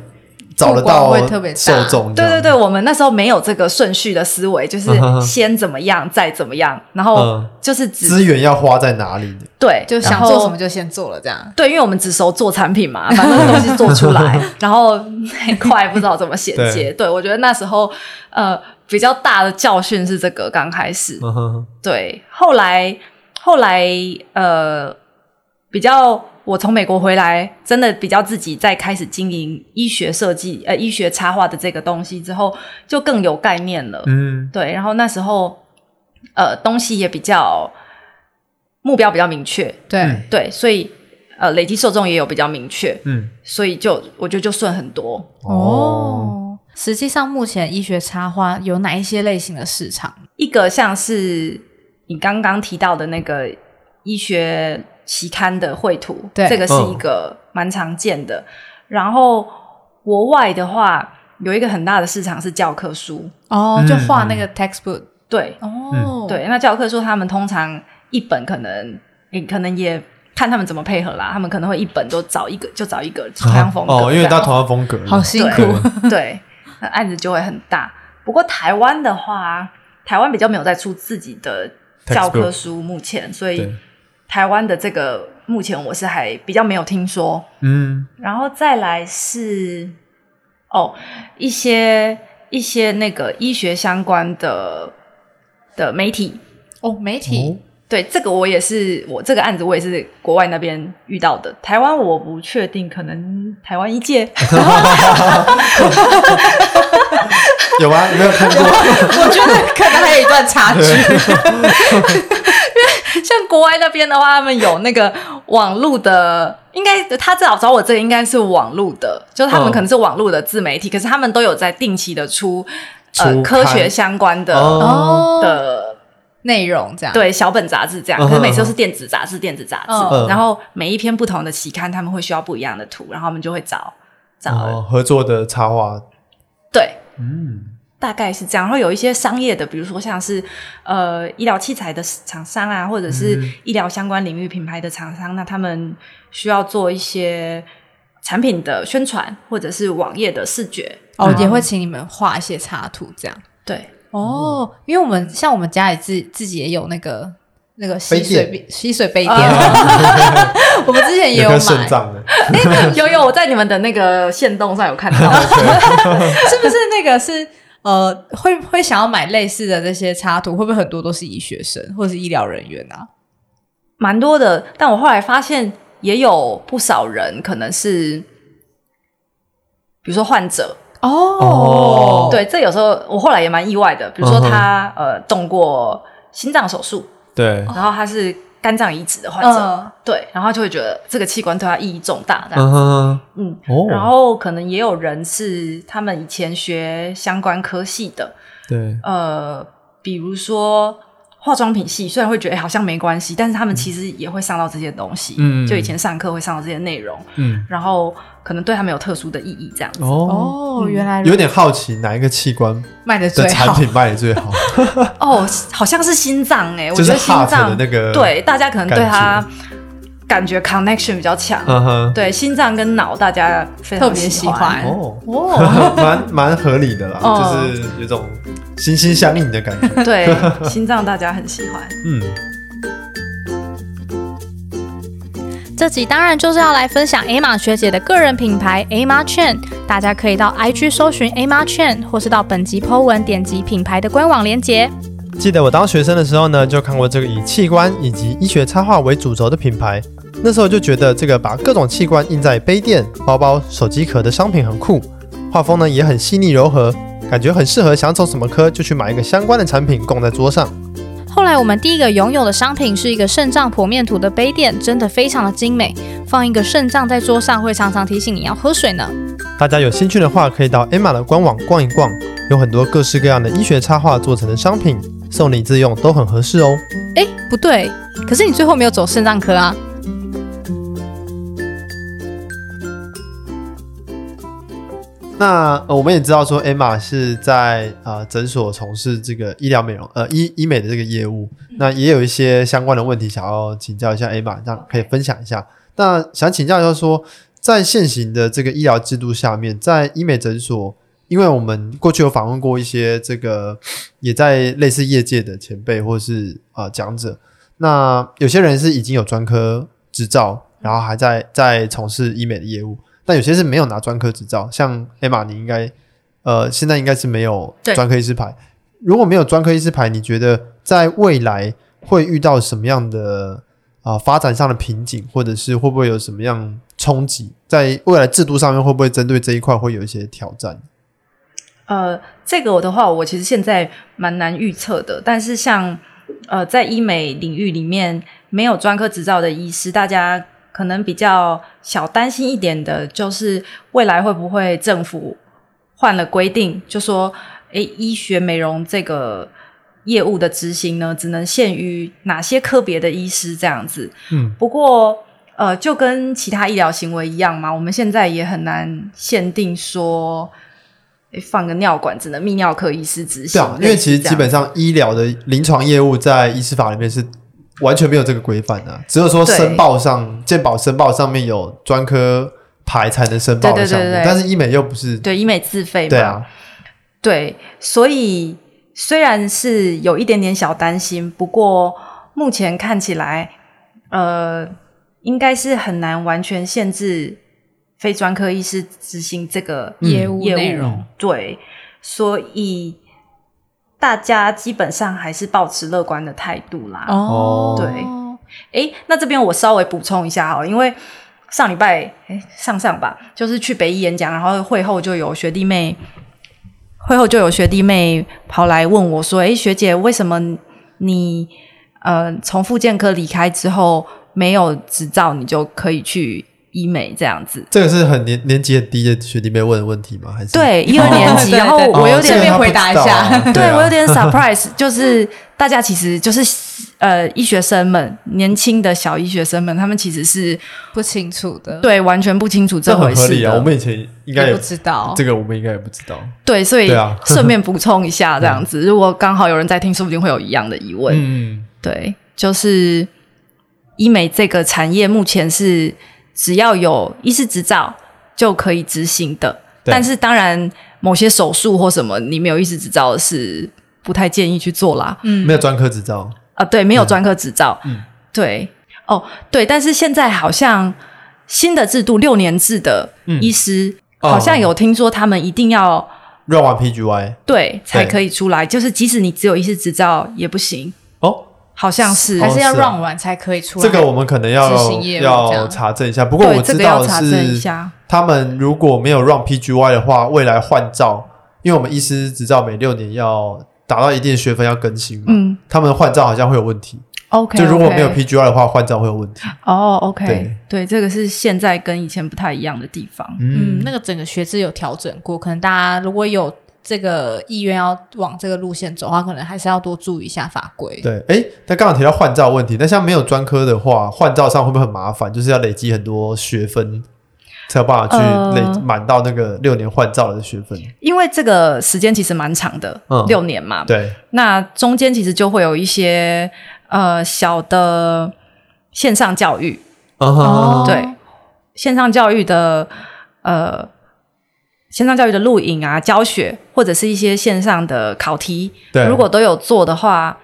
Speaker 2: 找得到
Speaker 4: 曝光会特别大
Speaker 2: 受众。
Speaker 3: 对对对，，我们那时候没有这个顺序的思维，就是
Speaker 2: 嗯哼哼
Speaker 3: 先怎么样，再怎么样，然后
Speaker 2: 嗯
Speaker 3: 就是哦只、
Speaker 2: 资源要花在哪里？
Speaker 3: 对，
Speaker 4: 就
Speaker 3: 然
Speaker 4: 想
Speaker 3: 后
Speaker 4: 做什么就先做了这样。
Speaker 3: 对，因为我们只熟做产品嘛， 反正那东西做出来，然后那一块不知道怎么衔接。对我觉得那时候呃比较大的教训是这个刚开始，
Speaker 2: 嗯哼，
Speaker 3: 对，后来后来呃比较。我从美国回来，真的比较自己在开始经营医学设计，呃，医学插画的这个东西之后，就更有概念了。
Speaker 2: 嗯，
Speaker 3: 对，然后那时候，呃，东西也比较目标比较明确，
Speaker 4: 对，
Speaker 3: 对，所以呃，累积受众也有比较明确，
Speaker 2: 嗯，
Speaker 3: 所以就我觉得就顺很多。
Speaker 2: 哦，
Speaker 4: 实际上目前医学插画有哪一些类型的市场？
Speaker 3: 一个像是你刚刚提到的那个医学期刊的绘图，
Speaker 4: 对
Speaker 3: 这个是
Speaker 2: 嗯
Speaker 3: 一个蛮常见的。然后国外的话，有一个很大的市场是教科书，
Speaker 4: 哦
Speaker 2: 嗯，
Speaker 4: 就画那个 textbook。
Speaker 3: 对、
Speaker 4: 哦，，
Speaker 3: 对，那教科书他们通常一本可能你可能也。看他们怎么配合啦，他们可能会一本都找一个，就找一个 同样风格这样。
Speaker 2: 哦，因为它同样风格，
Speaker 4: 好辛苦
Speaker 2: 对。
Speaker 3: 对，那案子就会很大。不过台湾的话，台湾比较没有在出自己的教科书，目前，所以
Speaker 2: 对，
Speaker 3: 台湾的这个目前我是还比较没有听说。
Speaker 2: 嗯，
Speaker 3: 然后再来是哦，一些一些那个医学相关的的媒体，
Speaker 4: 哦，媒体
Speaker 3: 对这个我也是，我这个案子我也是国外那边遇到的，台湾我不确定，可能台湾一届。
Speaker 2: 有吗？有没有看过？
Speaker 4: 我觉得可能还有一段差距。
Speaker 3: 像国外那边的话，他们有那个网络的，应该他至少找我这个应该是网络的，就是他们
Speaker 2: 嗯
Speaker 3: 可能是网络的自媒体，可是他们都有在定期的出呃
Speaker 2: 出刊
Speaker 3: 科学相关的、
Speaker 4: 哦，
Speaker 2: 哦，
Speaker 3: 的
Speaker 4: 内容这样。
Speaker 3: 对小本杂志这样，
Speaker 2: 嗯
Speaker 3: 可是每次都是电子杂志，电子杂志，
Speaker 2: 嗯
Speaker 3: 然后每一篇不同的期刊，他们会需要不一样的图，然后他们就会找找、
Speaker 2: 哦，合作的插画，
Speaker 3: 对。
Speaker 2: 嗯，
Speaker 3: 大概是这样，然后有一些商业的，比如说像是呃医疗器材的厂商啊，或者是
Speaker 2: 嗯
Speaker 3: 医疗相关领域品牌的厂商，那他们需要做一些产品的宣传，或者是网页的视觉。
Speaker 2: 嗯
Speaker 4: 哦，也会请你们画一些插图这样。
Speaker 3: 对，
Speaker 4: 哦，因为我们像我们家里自自己也有那个那个
Speaker 2: 杯
Speaker 4: 吸水
Speaker 2: 垫
Speaker 4: 杯吸水杯垫，
Speaker 3: 啊
Speaker 4: 我们之前也
Speaker 2: 有
Speaker 4: 买，
Speaker 2: 个
Speaker 4: 是
Speaker 2: 肾脏的，
Speaker 3: 有有，我在你们的那个线动上有 看到，
Speaker 4: 不是那个是呃，会会想要买类似的这些插图，会不会很多都是医学生或是医疗人员啊？
Speaker 3: 蛮多的。但我后来发现，也有不少人可能是，比如说患者，
Speaker 2: 哦嗯
Speaker 3: 对，这有时候我后来也蛮意外的，比如说他、呃动过心脏手术。
Speaker 2: 对，
Speaker 3: 然后他是肝脏移植的患者，
Speaker 4: 嗯，
Speaker 3: 对，然后他就会觉得这个器官对他意义重大，这样，
Speaker 2: 嗯哼，
Speaker 3: 嗯，
Speaker 2: 哦，
Speaker 3: 然后可能也有人是他们以前学相关科系的，
Speaker 2: 对，
Speaker 3: 呃，比如说化妆品系虽然会觉得、哎好像没关系，但
Speaker 2: 嗯
Speaker 3: 是他们其实也会上到这些东西。
Speaker 5: 嗯
Speaker 3: 就以前上课会上到这些内容，
Speaker 5: 嗯，
Speaker 3: 然后可能对他们有特殊的意义，这样子。
Speaker 2: 哦，
Speaker 4: 哦，原来
Speaker 2: 有点好奇哪一个器官
Speaker 4: 卖的
Speaker 2: 的
Speaker 4: 最
Speaker 2: 产
Speaker 4: 好，
Speaker 2: 品卖的最好？
Speaker 3: 哦，好像是心脏哎、
Speaker 2: 嗯
Speaker 3: 我
Speaker 2: 就
Speaker 3: 觉
Speaker 2: 是
Speaker 3: 得心
Speaker 2: heart 的
Speaker 3: 脏
Speaker 2: 那个
Speaker 3: 对大家可能对
Speaker 2: 感觉
Speaker 3: 它感觉 connection 比较强。
Speaker 2: 嗯哼，
Speaker 3: 对，心脏跟脑大家非常
Speaker 4: 特别喜
Speaker 3: 喜
Speaker 4: 欢
Speaker 2: 哦。
Speaker 4: 哦，
Speaker 2: 蛮蛮合理的啦，
Speaker 3: 哦
Speaker 2: 就是有种心心相印的感 觉。
Speaker 3: 对，心脏大家很喜欢。
Speaker 2: 嗯，
Speaker 1: 这集当然就是要来分享 A 玛学姐的个人品牌 A 玛 Chain，大家可以到 IG 搜寻 A 玛 Chain，或是到本集 Po 文点击品牌的官网链接。
Speaker 2: 记得我当学生的时候呢，就看过这个以器官以及医学插画为主轴的品牌。那时候就觉得这个把各种器官印在杯垫、包包、手机壳的商品很酷，画风呢也很细腻柔和，感觉很适合想走什么科就去买一个相关的产品供在桌上。
Speaker 1: 后来我们第一个拥有的商品是一个肾脏剖面图的杯垫，真的非常的精美，放一个肾脏在桌上会常常提醒你要喝水呢。
Speaker 2: 大家有兴趣的话，可以到 Emma 的官网逛一逛，有很多各式各样的医学插画做成的商品，送礼自用都很合适哦。
Speaker 1: 哎，不对，可是你最后没有走肾脏科啊。
Speaker 2: 那、呃、我们也知道说，Emma 是在呃诊所从事这个医疗美容呃医医美的这个业务，那也有一些相关的问题想要请教一下 Emma，让可以分享一下。那想请教一下说，在现行的这个医疗制度下面，在医美诊所，因为我们过去有访问过一些这个也在类似业界的前辈或是啊、呃讲者，那有些人是已经有专科执照，然后还在在从事医美的业务，但有些是没有拿专科执照，像 Emma，你应该呃现在应该是没有
Speaker 3: 对
Speaker 2: 专科医师牌。如果没有专科医师牌，你觉得在未来会遇到什么样的啊、发展上的瓶颈，或者是会不会有什么样冲击？在未来制度上面会不会针对这一块会有一些挑战？
Speaker 3: 呃，这个的话，我其实现在蛮难预测的。但是像呃，在医美领域里面，没有专科执照的医师，大家可能比较小担心一点的，就是未来会不会政府换了规定，就说，诶，医学美容这个业务的执行呢，只能限于哪些科别的医师这样子。
Speaker 2: 嗯，
Speaker 3: 不过，呃，就跟其他医疗行为一样嘛，我们现在也很难限定说，诶放个尿管只能泌尿科医师执行。
Speaker 2: 对啊，因为其实
Speaker 3: 类似这样
Speaker 2: 基本上医疗的临床业务在医师法里面是完全没有这个规范的，啊只有说
Speaker 3: 对
Speaker 2: 申报上健保申报上面有专科牌才能申报
Speaker 3: 对
Speaker 2: 的
Speaker 3: 对对
Speaker 2: 项目，
Speaker 3: 对对
Speaker 2: 但是医美又不是
Speaker 3: 对医美自费嘛，
Speaker 2: 对啊，
Speaker 3: 对，所以虽然是有一点点小担心，不过目前看起来，呃，应该是很难完全限制非专科医师执行这个
Speaker 2: 嗯
Speaker 4: 嗯业务
Speaker 3: 业务
Speaker 4: 内容，
Speaker 3: 对，所以大家基本上还是保持乐观的态度啦。
Speaker 4: 哦，
Speaker 3: 对诶，那这边我稍微补充一下好了，因为上礼拜诶上上吧，就是去北医演讲，然后会后就有学弟妹，会后就有学弟妹跑来问我说：“诶，学姐，为什么你呃从复健科离开之后没有执照，你就可以去医美这样子
Speaker 2: 这个是很年年级很低的学弟妹问的问题吗？还？”是
Speaker 3: 对，一二年 级，
Speaker 4: 对对
Speaker 3: 然后
Speaker 4: 对
Speaker 2: 哦
Speaker 3: 我有
Speaker 2: 这个
Speaker 4: 顺
Speaker 3: 点
Speaker 4: 便
Speaker 2: 他不
Speaker 4: 回答一
Speaker 2: 知道啊
Speaker 4: 下
Speaker 2: 对
Speaker 3: 对
Speaker 2: 啊
Speaker 3: 我有点 surprise，就是 大家其实就是呃医学生们，年轻的小医学生们，他们其实是
Speaker 4: 不清楚的，，
Speaker 3: 对，完全不清楚
Speaker 2: 这
Speaker 3: 回
Speaker 2: 很合
Speaker 3: 事
Speaker 2: 理
Speaker 3: 的。
Speaker 2: 啊，我们以前应该
Speaker 4: 也
Speaker 2: 也
Speaker 4: 不知道
Speaker 2: 这个，我们应该也不知道。
Speaker 3: 对，所以
Speaker 2: 对啊
Speaker 3: 顺便补充一下，这 样子，如果刚好有人在听，说不定会有一样的疑问。
Speaker 5: 嗯，
Speaker 3: 对，就是医美这个产业目前是只要有医师执照就可以执行的，
Speaker 2: 对
Speaker 3: 但是当然某些手术或什么你没有医师执照是不太建议去做啦。
Speaker 2: 没有专科执照，
Speaker 3: 啊，对，没有专科执照。
Speaker 2: 嗯嗯
Speaker 3: 对，哦，对，但是现在好像新的制度六年制的
Speaker 2: 嗯
Speaker 3: 医师，
Speaker 2: 哦
Speaker 3: 好像有听说他们一定要
Speaker 2: 乱玩 PGY
Speaker 3: 对才可以出来，就是即使你只有医师执照也不行，
Speaker 2: 哦，
Speaker 3: 好像是。
Speaker 4: 还是要
Speaker 2: 哦是啊
Speaker 4: run 完才可以出来。
Speaker 2: 这个我们可能要
Speaker 4: 执行业务这
Speaker 2: 要
Speaker 4: 样
Speaker 2: 查证一下。不过
Speaker 3: 对
Speaker 2: 我
Speaker 3: 这
Speaker 2: 知
Speaker 3: 个要
Speaker 2: 道
Speaker 3: 查
Speaker 2: 是
Speaker 3: 证一下，
Speaker 2: 他们如果没有让 PGY 的话，未来换照，因为我们医师执照每六年要达到一定的学分要更新嘛，
Speaker 3: 嗯
Speaker 2: 他们换照好像会有问题。
Speaker 3: ，OK，
Speaker 2: 就如果没有
Speaker 3: OK
Speaker 2: PGY 的话，换照会有问题。
Speaker 3: 哦，OK，
Speaker 2: 对
Speaker 3: 对，这个是现在跟以前不太一样的地方。
Speaker 2: 嗯
Speaker 4: 嗯，那个整个学制有调整过，可能大家如果有这个意愿要往这个路线走的话，可能还是要多注意一下法规。
Speaker 2: 对， 哎，他刚好提到换照问题，那像没有专科的话，换照上会不会很麻烦？就是要累积很多学分，才有办法去累、
Speaker 3: 呃
Speaker 2: 满到那个六年换照的学分。
Speaker 3: 因为这个时间其实蛮长的
Speaker 2: 嗯，
Speaker 3: 六、年嘛。
Speaker 2: 对，
Speaker 3: 那中间其实就会有一些呃小的线上教育，
Speaker 2: 嗯哼
Speaker 4: 哦
Speaker 3: 对，线上教育的呃线上教育的录影啊、教学，或者是一些线上的考题，
Speaker 2: 对
Speaker 3: 如果都有做的话，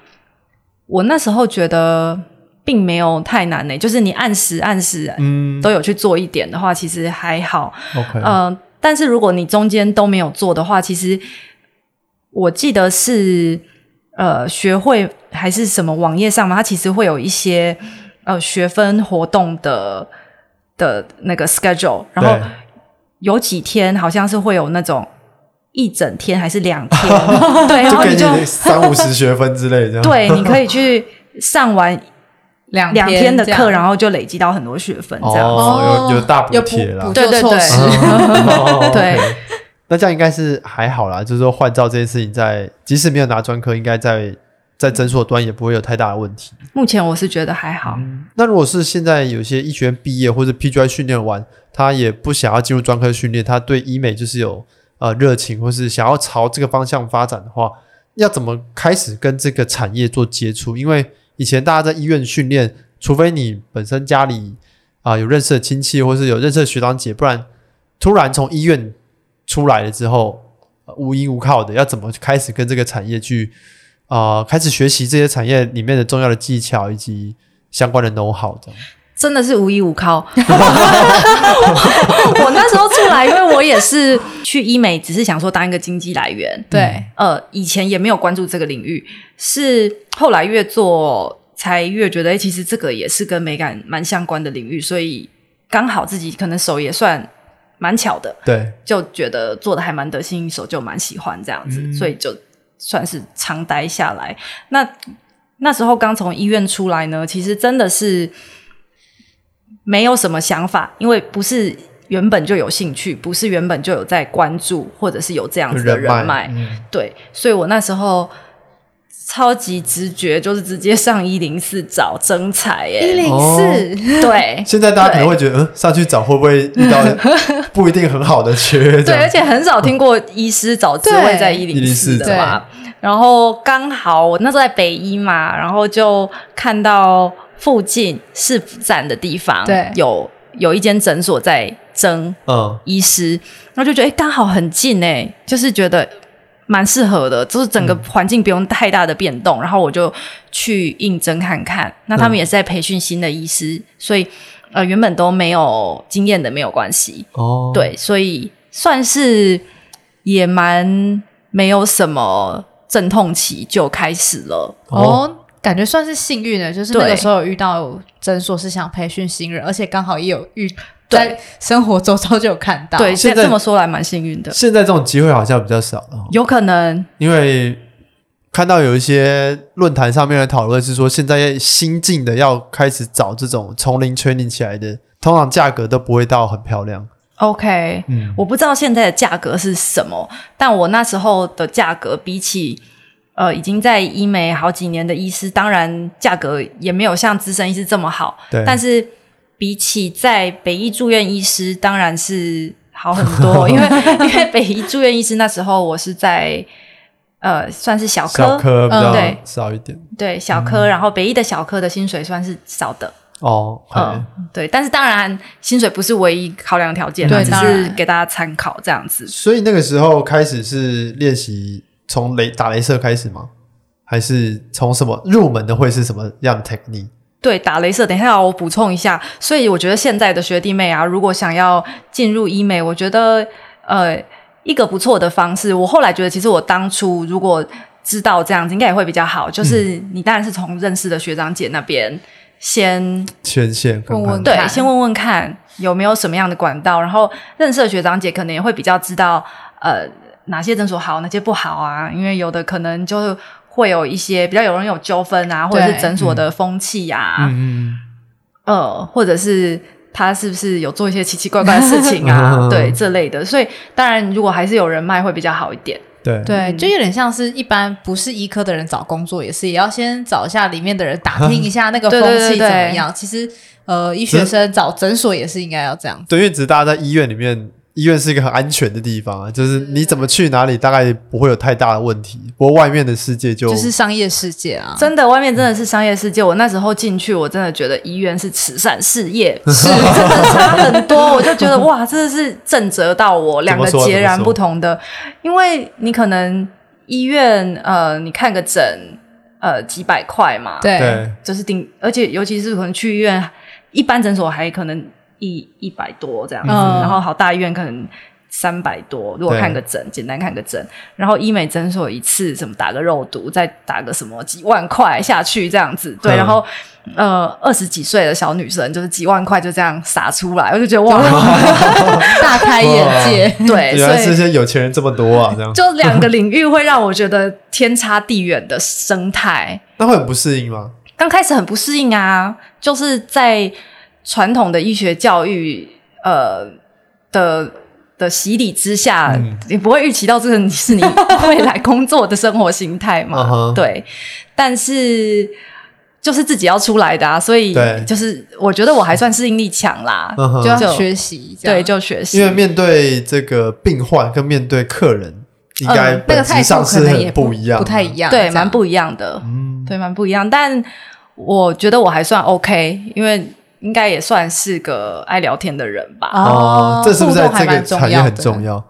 Speaker 3: 我那时候觉得并没有太难呢、就是你按时按时
Speaker 2: 嗯
Speaker 3: 都有去做一点的话，其实还好。
Speaker 2: ，OK，
Speaker 3: 嗯，但是如果你中间都没有做的话，其实我记得是呃学会还是什么网页上嘛，它其实会有一些呃学分活动的的那个 schedule，然后
Speaker 2: 对
Speaker 3: 有几天好像是会有那种一整天还是两天， 对，然
Speaker 2: 就
Speaker 3: 后
Speaker 2: 给
Speaker 3: 你就
Speaker 2: 你三五十学分之类这样。
Speaker 3: 对，你可以去上完
Speaker 4: 两
Speaker 3: 两天的
Speaker 4: 这样
Speaker 3: 课，然后就累积到很多学分这样。
Speaker 2: 哦，有有大补
Speaker 4: 有
Speaker 2: 贴啦，
Speaker 4: 补
Speaker 3: 对
Speaker 4: 救
Speaker 3: 对
Speaker 4: 措
Speaker 3: 对
Speaker 4: 施。
Speaker 2: 哦
Speaker 3: 对
Speaker 2: OK 那这样应该是还好啦，就是说换照这件事情在，即使没有拿专科，应该在在诊所端也不会有太大的问题。
Speaker 3: 目前我是觉得还好，
Speaker 2: 那如果是现在有些医学院毕业或者 PGI 训练完，他也不想要进入专科训练，他对医美就是有呃热情，或是想要朝这个方向发展的话，要怎么开始跟这个产业做接触？因为以前大家在医院训练，除非你本身家里啊、有认识的亲戚或是有认识的学长姐，不然突然从医院出来了之后，呃无依无靠的，要怎么开始跟这个产业去啊、开始学习这些产业里面的重要的技巧以及相关的 know how 这样？
Speaker 3: 真的是无依无靠。我那时候出来，因为我也是去医美，只是想说当一个经济来源。
Speaker 4: 对，
Speaker 3: 呃，以前也没有关注这个领域，是后来越做才越觉得，哎、其实这个也是跟美感蛮相关的领域，所以刚好自己可能手也算蛮巧的，
Speaker 2: 对，
Speaker 3: 就觉得做的还蛮得心应手，就蛮喜欢这样子，所以就算是长待下来。那那时候刚从医院出来呢，其实真的是没有什么想法，因为不是原本就有兴趣，不是原本就有在关注，或者是有这样啊子的人
Speaker 2: 人
Speaker 3: 脉，
Speaker 2: 嗯
Speaker 3: 对，所以我那时候。超级直觉就是直接上一零四找征才
Speaker 4: 一
Speaker 3: 耶、
Speaker 4: 零四
Speaker 2: 哦
Speaker 3: 对
Speaker 2: 现在大家可能会觉得，嗯，上去找会不会遇 到不一定很好的缺？这
Speaker 3: 对，
Speaker 2: 样
Speaker 3: 而且很少听过医师找职位在一零
Speaker 2: 104
Speaker 3: 四的嘛。然后刚好我那时候在北医嘛，然后就看到附近市府站的地方，
Speaker 4: 对
Speaker 3: 有有一间诊所在征
Speaker 2: 嗯，
Speaker 3: 医师，然后就觉得哎，诶刚好很近哎、就是觉得蛮适合的，就是整个
Speaker 2: 嗯
Speaker 3: 环境不用太大的变动，然后我就去应征看看。那他
Speaker 2: 嗯
Speaker 3: 们也是在培训新的医师，所以呃原本都没有经验的没有关系，
Speaker 2: 哦，
Speaker 3: 对，所以算是也蛮没有什么阵痛期就开始了。
Speaker 2: 哦，
Speaker 4: 哦，感觉算是幸运的，就是那
Speaker 3: 对
Speaker 4: 个时候有遇到诊所是想培训新人，而且刚好也有遇
Speaker 3: 对
Speaker 4: 在生活周遭就有看到。
Speaker 3: 对，
Speaker 2: 现
Speaker 3: 这
Speaker 2: 在
Speaker 3: 这么说来蛮幸运的，
Speaker 2: 现在这种机会好像比较少了哦，
Speaker 3: 有可能
Speaker 2: 因为看到有一些论坛上面的讨论是说，现在新进的要开始找这种从零 training 起来的，通常价格都不会到很漂亮。
Speaker 3: OK。
Speaker 2: 嗯，
Speaker 3: 我不知道现在的价格是什么，但我那时候的价格比起呃已经在医美好几年的医师，当然价格也没有像资深医师这么好，
Speaker 2: 对，
Speaker 3: 但是比起在北医住院医师，当然是好很 多，因为 因为北医住院医师那时候我是在呃算是小科，
Speaker 2: 小科嗯比
Speaker 4: 嗯
Speaker 2: 较
Speaker 3: 对
Speaker 2: 少一点。
Speaker 3: 对小科，然后北医的小科的薪水算是少的，
Speaker 2: 哦，
Speaker 3: 嗯
Speaker 2: OK，
Speaker 3: 对，但是当然薪水不是唯一考量条件啦，
Speaker 4: 对
Speaker 3: 只
Speaker 4: 当
Speaker 3: 是
Speaker 4: 然
Speaker 3: 给大家参考这样子。
Speaker 2: 所以那个时候开始是练习从雷打镭射开始吗？还是从什么入门的会是什么样的 technique？
Speaker 3: 对，打镭射。等一下，我补充一下。所以我觉得现在的学弟妹啊，如果想要进入医美，我觉得呃，一个不错的方式。我后来觉得，其实我当初如果知道这样子，应该也会比较好。就是
Speaker 4: 嗯
Speaker 3: 你当然是从认识的学长姐那边先
Speaker 2: 权限跟
Speaker 4: 问
Speaker 2: 判
Speaker 4: 问
Speaker 2: 断
Speaker 3: 对，
Speaker 4: 看
Speaker 3: 先问问看有没有什么样的管道，然后认识的学长姐可能也会比较知道，呃，哪些诊所好，哪些不好啊，因为有的可能就会有一些比较有人有纠纷啊，或者
Speaker 4: 对
Speaker 3: 是诊所的风气啊，
Speaker 2: 嗯
Speaker 3: 呃，或者是他是不是有做一些奇奇怪怪的事情啊，
Speaker 2: 嗯
Speaker 3: 对这类的。所以当然，如果还是有人脉会比较好一点。
Speaker 2: 对
Speaker 4: 对，
Speaker 3: 嗯
Speaker 4: 就有点像是一般不是医科的人找工作，也是也要先找一下里面的人打听一下那个风
Speaker 3: 对对
Speaker 4: 气
Speaker 3: 对
Speaker 4: 怎
Speaker 3: 对
Speaker 4: 么样。其实呃，医学
Speaker 2: 只
Speaker 4: 生找诊所也是应该要这样。
Speaker 2: 对，因为只是大家在医院里面，医院是一个很安全的地方啊，就是你怎么去哪里，大概不会有太大的问题。不过外面的世界就
Speaker 4: 就是商业世界啊，
Speaker 3: 真的，外面真的是商业世界。我那时候进去，我真的觉得医院是慈善事 业，是真的差很多。我就觉得哇，真的是震折到我，两个
Speaker 2: 怎么说
Speaker 3: 截然
Speaker 2: 怎么说
Speaker 3: 不同的。因为你可能医院呃，你看个诊呃几百块嘛，，
Speaker 4: 对
Speaker 2: 对
Speaker 3: 就是顶，而且尤其是可能去医院，一般诊所还可能一一百多这样子，
Speaker 4: 嗯
Speaker 3: 然后好大医院可能。三百多，如果
Speaker 2: 对
Speaker 3: 看个诊，简单看个诊，然后医美诊所一次什么打个肉毒，再打个什么几万块下去这样子，对，
Speaker 2: 嗯
Speaker 3: 然后呃二十几岁的小女生就是几万块就这样撒出来，我就 觉得哇，
Speaker 4: 大开眼界。
Speaker 3: 对，
Speaker 2: 原
Speaker 3: 所
Speaker 2: 来这
Speaker 3: 以
Speaker 2: 些有钱人这么多啊，这样
Speaker 3: 就两个领域会让我觉得天差地远的生态，
Speaker 2: 那会很不适应吗？
Speaker 3: 刚开始很不适应啊，就是在传统的医学教育呃的的洗礼之下，
Speaker 2: 嗯
Speaker 3: 你不会预期到这个是你未来工作的生活形态 嘛
Speaker 2: 嗯哼
Speaker 3: 对，但是就是自己要出来的啊，所以
Speaker 2: 对
Speaker 3: 就是我觉得我还算适应力强啦，
Speaker 2: 嗯哼
Speaker 4: 就要
Speaker 3: 就
Speaker 4: 学习，这样
Speaker 3: 对，啊就学习
Speaker 2: 因为面对这个病患跟面对客人，应该
Speaker 3: 嗯
Speaker 4: 呃那
Speaker 2: 本
Speaker 4: 个态
Speaker 2: 质上
Speaker 4: 度可
Speaker 2: 是
Speaker 4: 能
Speaker 2: 很
Speaker 4: 也不
Speaker 2: 一样的，
Speaker 4: 不
Speaker 1: 哎
Speaker 4: 太一样，这
Speaker 3: 对，啊
Speaker 4: 样
Speaker 3: 蛮不一样的，
Speaker 2: 嗯，
Speaker 3: 对，蛮不一样，但我觉得我还算 OK，因为应该也算是个爱聊天的人吧。
Speaker 2: 哦，这是不是
Speaker 4: 互
Speaker 2: 在
Speaker 4: 动还
Speaker 2: 这个
Speaker 4: 蛮重
Speaker 2: 产业
Speaker 4: 要
Speaker 2: 很
Speaker 4: 的
Speaker 2: 重要？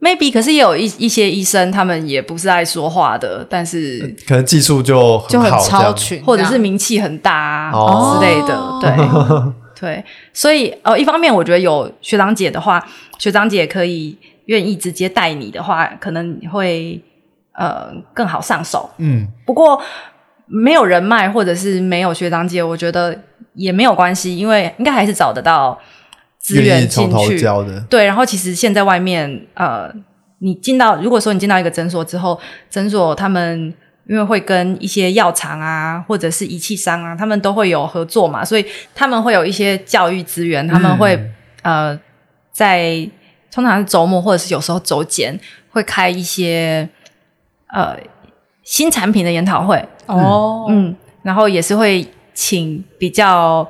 Speaker 3: maybe，可是也有一一些医生，他们也不是爱说话的，但是
Speaker 2: 可能技术就
Speaker 4: 就
Speaker 2: 很
Speaker 4: 很
Speaker 2: 好，这
Speaker 4: 超
Speaker 2: 样
Speaker 4: 群这样，
Speaker 3: 或者是名气很大啊、
Speaker 2: 哦
Speaker 3: 之类的，对
Speaker 4: 哦
Speaker 3: 对。所以呃，一方面我觉得有学长姐的话，学长姐可以愿意直接带你的话，可能会呃更好上手。
Speaker 2: 嗯，
Speaker 3: 不过没有人脉或者是没有学长姐，我觉得也没有关系，因为应该还是找得到资
Speaker 2: 愿意
Speaker 3: 源
Speaker 2: 从
Speaker 3: 进
Speaker 2: 头
Speaker 3: 去。
Speaker 2: 教的，
Speaker 3: 对，然后其实现在外面，呃，你进到如果说你进到一个诊所之后，诊所他们因为会跟一些药厂啊，或者是仪器商啊，他们都会有合作嘛，所以他们会有一些教育资源，他们会、呃在通常是周末或者是有时候周间会开一些呃新产品的研讨会，
Speaker 4: 哦，嗯，
Speaker 3: 嗯，然后也是会请比较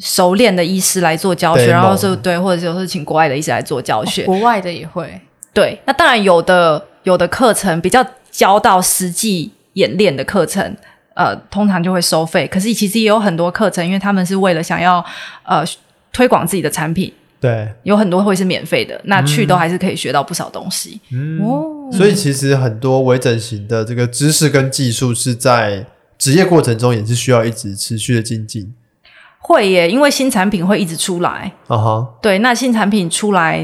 Speaker 3: 熟练的医师来做教学，
Speaker 2: Demo
Speaker 3: 然后是对，或者是有时候请国外的医师来做教学。
Speaker 4: 国外的也会，
Speaker 3: 对，那当然有的有的课程比较教到实际演练的课程。呃，通常就会收费，可是其实也有很多课程，因为他们是为了想要呃推广自己的产品，
Speaker 2: 对，
Speaker 3: 有很多会是免费的，那去
Speaker 2: 嗯
Speaker 3: 都还是可以学到不少东西。
Speaker 2: 嗯，
Speaker 4: 哦，
Speaker 2: 所以其实很多微整形的这个知识跟技术是在职业过程中也是需要一直持续的精进，
Speaker 3: 会耶，因为新产品会一直出来，
Speaker 2: 啊哈，
Speaker 3: 对，那新产品出来，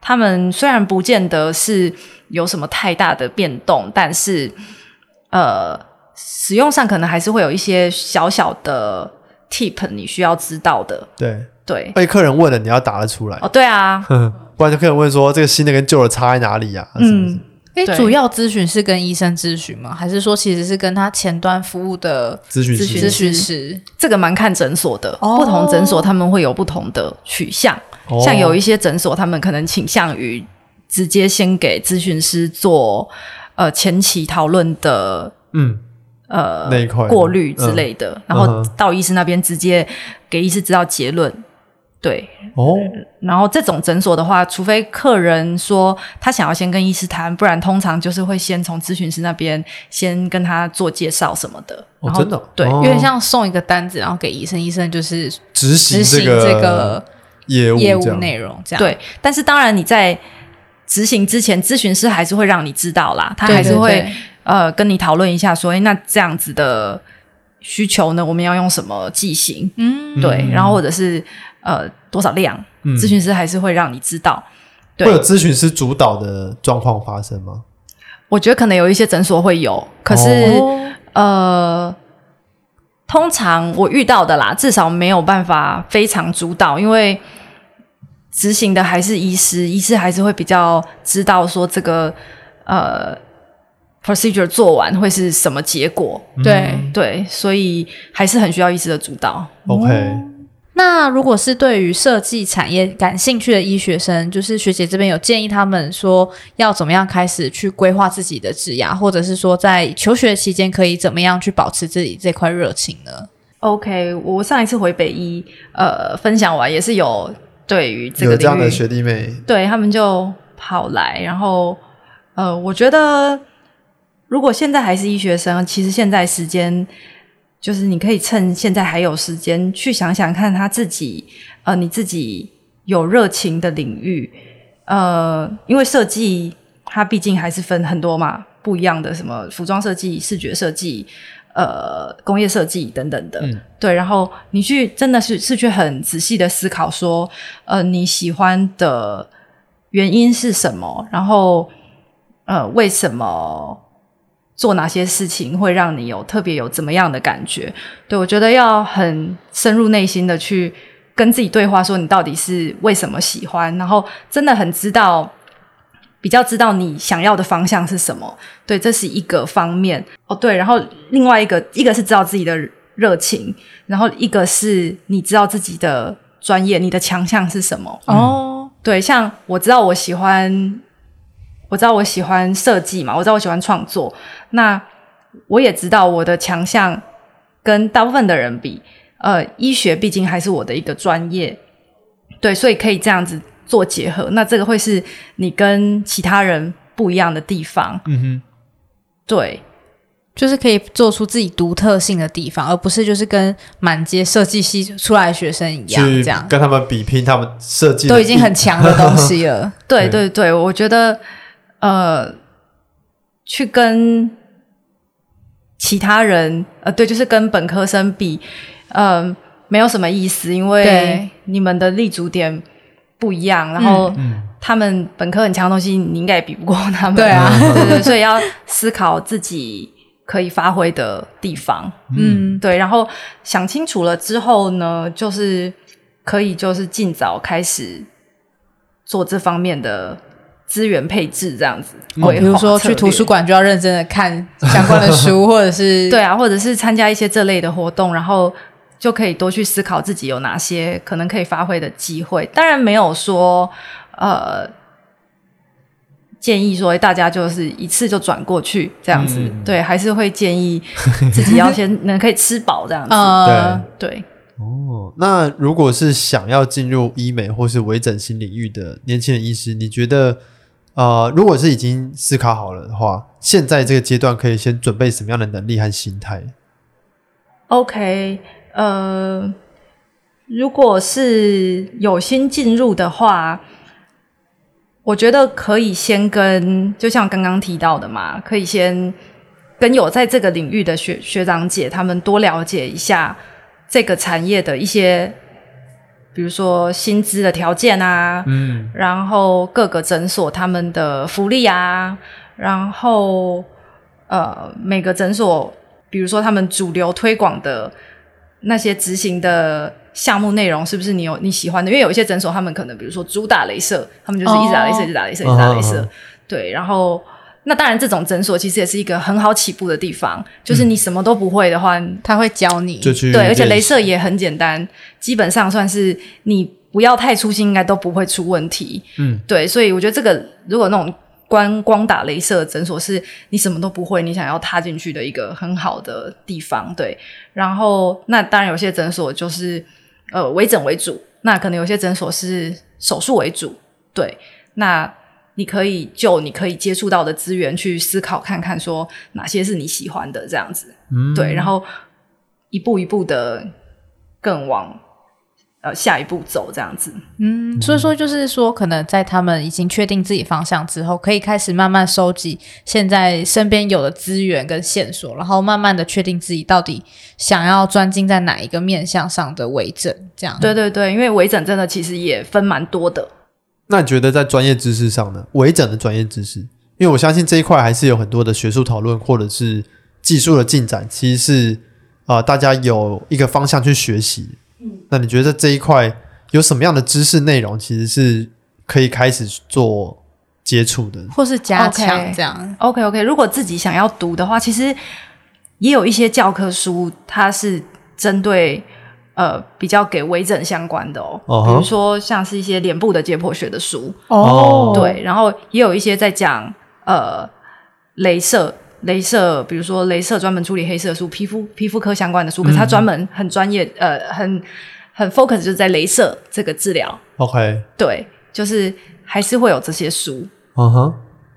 Speaker 3: 他们虽然不见得是有什么太大的变动，但是呃，使用上可能还是会有一些小小的 tip 你需要知道的。
Speaker 2: 对，
Speaker 3: 对，
Speaker 2: 被客人问了你要答得出来
Speaker 3: 哦，，对啊，
Speaker 2: 不然就客人问说这个新的跟旧的差在哪里呀？是不是
Speaker 3: 嗯，
Speaker 4: 哎，
Speaker 3: 对
Speaker 4: 主要咨询是跟医生咨询吗？还是说其实是跟他前端服务的
Speaker 2: 咨询
Speaker 4: 咨
Speaker 2: 师哦
Speaker 4: 询师？
Speaker 3: 这个蛮看诊所的，
Speaker 4: 哦
Speaker 3: 不同诊所他们会有不同的取向，
Speaker 2: 哦
Speaker 3: 像有一些诊所他们可能倾向于直接先给咨询师做呃前期讨论的
Speaker 2: 嗯
Speaker 3: 呃
Speaker 2: 那一块
Speaker 3: 过滤之类的，
Speaker 2: 嗯
Speaker 3: 然后
Speaker 2: 哼
Speaker 3: 到医师那边直接给医师知道结论。对，
Speaker 2: 哦
Speaker 3: 然后这种诊所的话，除非客人说他想要先跟医师谈，不然通常就是会先从咨询师那边先跟他做介绍什么的。
Speaker 2: 哦
Speaker 3: 然后
Speaker 2: 真的哦
Speaker 3: 对，
Speaker 2: 哦
Speaker 4: 有点像送一个单子，然后给医生，医生就是
Speaker 2: 执行
Speaker 4: 执行这个
Speaker 2: 业务
Speaker 4: 业务
Speaker 2: 这样
Speaker 4: 内容，这样
Speaker 3: 对，但是当然你在执行之前，咨询师还是会让你知道啦，他
Speaker 4: 对
Speaker 3: 还是
Speaker 4: 对
Speaker 3: 会
Speaker 4: 对
Speaker 3: 呃跟你讨论一下说，哎，那这样子的需求呢，我们要用什么剂型？
Speaker 4: 嗯，
Speaker 3: 对，
Speaker 2: 嗯
Speaker 3: 然后或者是呃多少量，
Speaker 2: 嗯
Speaker 3: 咨询师还是会让你知道。对
Speaker 2: 会有咨询师主导的状况发生吗？
Speaker 3: 我觉得可能有一些诊所会有，可是、
Speaker 4: 哦
Speaker 3: 呃，通常我遇到的啦，至少没有办法非常主导，因为执行的还是医师，医师还是会比较知道说这个呃 procedure 做完会是什么结果。
Speaker 4: 对
Speaker 3: 对，所以还是很需要医师的主导。
Speaker 2: ，OK，
Speaker 4: 那如果是对于设计产业感兴趣的医学生，就是学姐这边有建议他们说要怎么样开始去规划自己的职涯，或者是说在求学期间可以怎么样去保持自己这块热情呢？
Speaker 3: OK，我上一次回北医，呃，分享完也是有对于这个
Speaker 2: 有这样
Speaker 3: 领
Speaker 2: 的
Speaker 3: 域
Speaker 2: 学弟妹，
Speaker 3: 对他们就跑来，然后呃，我觉得如果现在还是医学生，其实现在时间就是你可以趁现在还有时间去想想看他自己呃你自己有热情的领域，呃，因为设计它毕竟还是分很多嘛不一样的什么服装设计、视觉设计。呃，工业设计等等的，
Speaker 2: 嗯
Speaker 3: 对，然后你去真的是是去很仔细的思考说，呃你喜欢的原因是什么，然后呃为什么做哪些事情会让你有特别有怎么样的感觉？对我觉得要很深入内心的去跟自己对话，说你到底是为什么喜欢，然后真的很知道。比较知道你想要的方向是什么，对，这是一个方面哦。对，然后另外一个，一个是知道自己的热情，然后一个是你知道自己的专业，你的强项是什么。
Speaker 2: 嗯
Speaker 4: 哦，
Speaker 3: 对，像我知道我喜欢，我知道我喜欢设计嘛，我知道我喜欢创作，那我也知道我的强项跟大部分的人比，呃，医学毕竟还是我的一个专业，对，所以可以这样子做结合。那这个会是你跟其他人不一样的地方，
Speaker 2: 嗯
Speaker 3: 对，
Speaker 4: 就是可以做出自己独特性的地方，而不是就是跟满街设计系出来的学生一
Speaker 2: 哼，
Speaker 4: 样
Speaker 2: 去
Speaker 4: 这样。
Speaker 2: 跟他们比拼，他们设计的
Speaker 4: 都已经很强的东西了，
Speaker 3: 对
Speaker 2: 对
Speaker 3: 对对，我觉得呃，去跟其他人呃，对，就是跟本科生比，呃，没有什么意思，因为
Speaker 4: 对
Speaker 3: 你们的立足点不一样，然后
Speaker 2: 嗯
Speaker 3: 他们本科很强的东西，你应该也比不过他们。
Speaker 4: 对啊
Speaker 3: 对对，所以要思考自己可以发挥的地方。
Speaker 4: 嗯，
Speaker 3: 对，然后想清楚了之后呢，就是可以就是尽早开始做这方面的资源配置，这样子。
Speaker 4: 哦
Speaker 3: 规
Speaker 4: 比如
Speaker 3: 划
Speaker 4: 说
Speaker 3: 策
Speaker 4: 去图
Speaker 3: 略
Speaker 4: 书馆就要认真的看相关的 书，或者是
Speaker 3: 对啊，或者是参加一些这类的活动，然后就可以多去思考自己有哪些可能可以发挥的机会。当然没有说呃建议说大家就是一次就转过去这样子，
Speaker 2: 嗯
Speaker 3: 对，还是会建议自己要先 能可以吃饱这样子。
Speaker 4: 呃，
Speaker 3: 对，
Speaker 2: 哦，那如果是想要进入医美或是微整形领域的年轻人医师，你觉得呃，如果是已经思考好了的话，现在这个阶段可以先准备什么样的能力和心态？
Speaker 3: OK，呃，如果是有心进入的话，我觉得可以先跟，就像刚刚提到的嘛，可以先跟有在这个领域的学学长姐他们多了解一下这个产业的一些，比如说薪资的条件啊，
Speaker 2: 嗯，
Speaker 3: 然后各个诊所他们的福利啊，然后呃每个诊所，比如说他们主流推广的那些执行的项目内容，是不是你有你喜欢的？因为有一些诊所他们可能比如说主打镭射，他们就是一直打镭射，
Speaker 4: 哦
Speaker 3: 一直打镭射，一直打镭
Speaker 2: 嗯嗯
Speaker 3: 射
Speaker 2: 嗯，
Speaker 3: 对，然后。那当然，这种诊所其实也是一个很好起步的地方，就是你什么都不会的话，
Speaker 4: 嗯他会教你，
Speaker 2: 就去
Speaker 3: 对，而且
Speaker 2: 练
Speaker 3: 镭
Speaker 2: 习
Speaker 3: 射也很简单，基本上算是你不要太粗心，应该都不会出问题。
Speaker 2: 嗯，
Speaker 3: 对，所以我觉得这个如果那种光光打镭射的诊所是你什么都不会，你想要踏进去的一个很好的地方。对，然后那当然有些诊所就是呃微整为主，那可能有些诊所是手术为主。对，那。你可以就你可以接触到的资源去思考看看，说哪些是你喜欢的这样子。
Speaker 2: 嗯
Speaker 3: 对，然后一步一步的更往呃下一步走，这样子。
Speaker 4: 嗯，所以说就是说，可能在他们已经确定自己方向之后，可以开始慢慢收集现在身边有的资源跟线索，然后慢慢的确定自己到底想要专精在哪一个面向上的为证，这样。
Speaker 3: 对对对，因为微整真的其实也分蛮多的。
Speaker 2: 那你觉得在专业知识上呢，微整的专业知识，因为我相信这一块还是有很多的学术讨论或者是技术的进展，其实是呃大家有一个方向去学习。嗯，那你觉得在这一块有什么样的知识内容，其实是可以开始做接触的？
Speaker 4: 或是加强
Speaker 3: OK
Speaker 4: 这样
Speaker 3: OK OK，如果自己想要读的话，其实也有一些教科书，它是针对呃比较给微整相关的哦
Speaker 2: 嗯哼
Speaker 3: 比如说像是一些脸部的解剖学的书，
Speaker 2: 哦
Speaker 3: 对，然后也有一些在讲呃，镭射，镭射，比如说镭射专门处理黑色素、皮肤皮肤科相关的书，可是它专门很专业，呃，很很 focus 就是在镭射这个治疗，
Speaker 2: OK，
Speaker 3: 对，就是还是会有这些书，
Speaker 2: 嗯哼，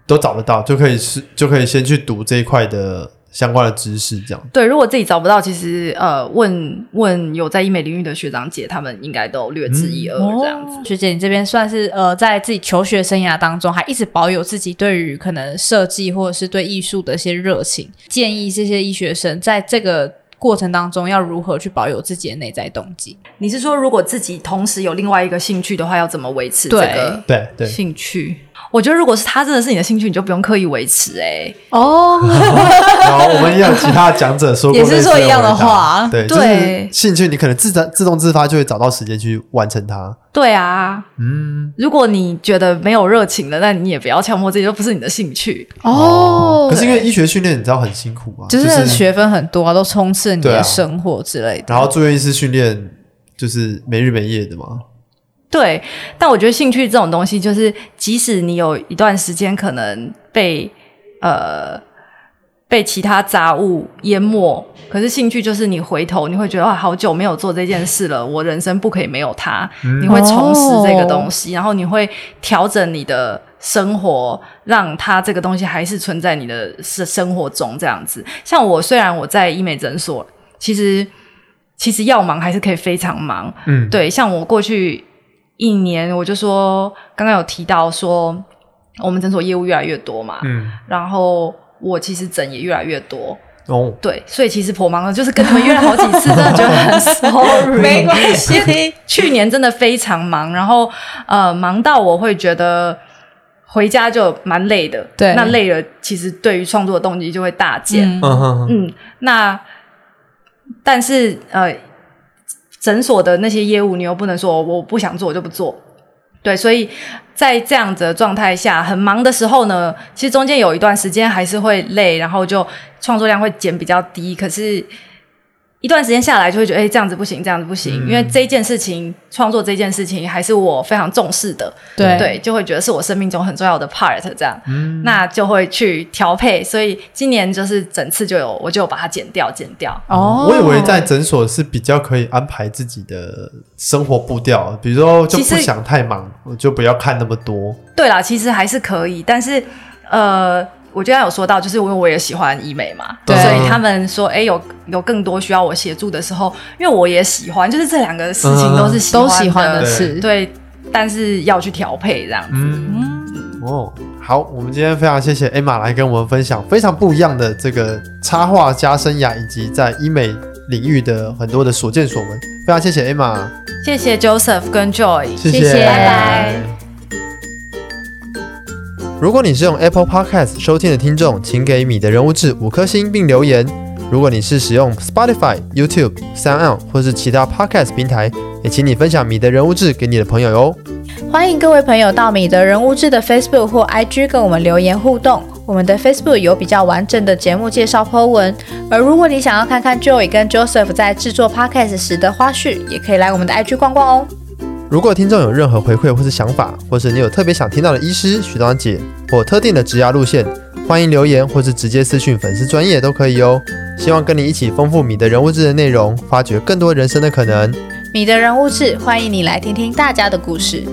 Speaker 2: 都找得到，就可以是就可以先去读这一块的相关的知识，这样。
Speaker 3: 对，如果自己找不到，其实呃，问问有在医美领域的学长姐，他们应该都略知一二
Speaker 2: 嗯
Speaker 3: 这
Speaker 2: 哦
Speaker 3: 样子。
Speaker 4: 哦学姐，你这边算是呃，在自己求学生涯当中，还一直保有自己对于可能设计或者是对艺术的一些热情，建议这些医学生在这个过程当中要如何去保有自己的内在动机？
Speaker 3: 你是说，如果自己同时有另外一个兴趣的话，要怎么维持这
Speaker 4: 对
Speaker 3: 个
Speaker 2: 对对，
Speaker 3: 兴趣？我觉得，如果是他真的是你的兴趣，你就不用刻意维持、欸。
Speaker 4: 哦，
Speaker 2: 然后我们也有其他的讲者说过
Speaker 4: 也是
Speaker 2: 类似
Speaker 4: 说一样的
Speaker 2: 回答
Speaker 4: 话
Speaker 2: 对，
Speaker 3: 对
Speaker 2: 就是兴趣你可能自然自动自发就会找到时间去完成它。
Speaker 3: 对啊，
Speaker 2: 嗯，
Speaker 3: 如果你觉得没有热情了，那你也不要强迫自己，就不是你的兴趣。
Speaker 4: 哦
Speaker 2: 可是因为医学训练你知道很辛苦啊，
Speaker 4: 就是
Speaker 2: 是
Speaker 4: 那个学分很多、啊，都充斥你
Speaker 2: 对啊
Speaker 4: 的生活之类的。
Speaker 2: 然后住院医师训练就是没日没夜的嘛。
Speaker 3: 对，但我觉得兴趣这种东西，就是即使你有一段时间可能被呃被其他杂物淹没，可是兴趣就是你回头你会觉得哇，好久没有做这件事了，我人生不可以没有它。你会重拾这个东西，然后你会调整你的生活，让它这个东西还是存在你的生生活中这样子。像我虽然我在医美诊所，其实其实要忙还是可以非常忙，
Speaker 2: 嗯，
Speaker 3: 对，像我过去一年，我就说刚刚有提到说，我们诊所业务越来越多嘛，
Speaker 2: 嗯，
Speaker 3: 然后我其实诊也越来越多，
Speaker 2: 哦，
Speaker 3: 对，所以其实颇忙的，就是跟你们约了好几次，真的觉得 很 sorry。
Speaker 4: 没关系
Speaker 3: 因为去年真的非常忙，然后呃，忙到我会觉得回家就蛮累的，
Speaker 4: 对
Speaker 3: 那累了，其实对于创作的动机就会大减，
Speaker 4: 嗯
Speaker 2: 嗯哼哼，
Speaker 3: 嗯，那但是呃，诊所的那些业务你又不能说我不想做我就不做，对，所以在这样子的状态下，很忙的时候呢，其实中间有一段时间还是会累，然后就创作量会减比较低，可是。一段时间下来，就会觉得哎、这样子不行，这样子不行，
Speaker 2: 嗯
Speaker 3: 因为这件事情，创作这件事情还是我非常重视的，
Speaker 4: 对
Speaker 3: 对，就会觉得是我生命中很重要的 part，这样。
Speaker 2: 嗯，
Speaker 3: 那就会去调配，所以今年就是整次就有，我就把它剪掉，剪掉。
Speaker 4: 哦，
Speaker 2: 我以为在诊所是比较可以安排自己的生活步调，比如说就
Speaker 3: 其
Speaker 2: 不
Speaker 3: 实
Speaker 2: 想太忙，我就不要看那么多。
Speaker 3: 对啦，其实还是可以，但是呃，我刚刚有说到，就是因为我也喜欢医美嘛，
Speaker 4: 对
Speaker 3: 所以他们说，哎、有有更多需要我协助的时候，因为我也喜欢，就是这两个事情都是喜
Speaker 4: 嗯
Speaker 3: 欢
Speaker 4: 都喜欢
Speaker 3: 的
Speaker 4: 的
Speaker 2: 对
Speaker 4: 是，
Speaker 3: 对，但是要去调配这样子。
Speaker 2: 嗯，哦，好，我们今天非常谢谢 Emma 来跟我们分享非常不一样的这个插画家生涯，以及在医美领域的很多的所见所闻。非常谢谢 Emma，
Speaker 3: 谢谢 Joseph 跟 Joy。
Speaker 2: 谢
Speaker 4: 谢谢拜
Speaker 3: 拜。
Speaker 2: 如果你是用 Apple Podcast 收听的听众，请给米的人物志五颗星并留言。如果你是使用 Spotify、YouTube、Sound 或是其他 Podcast 平台，也请你分享米的人物志给你的朋友哟。
Speaker 4: 欢迎各位朋友到米德人物志的 Facebook 或 IG 跟我们留言互动。我们的 Facebook 有比较完整的节目介绍 po 文，而如果你想要看看 Joey 跟 Joseph 在制作 Podcast 时的花絮，也可以来我们的 IG 逛逛哦。
Speaker 2: 如果听众有任何回馈或是想法，或是你有特别想听到的医师、学长姐或特定的职涯路线，欢迎留言或是直接私讯粉丝专业都可以哦。希望跟你一起丰富米的人物志的内容，发掘更多人生的可能。
Speaker 4: 米德人物志，欢迎你来听听大家的故事。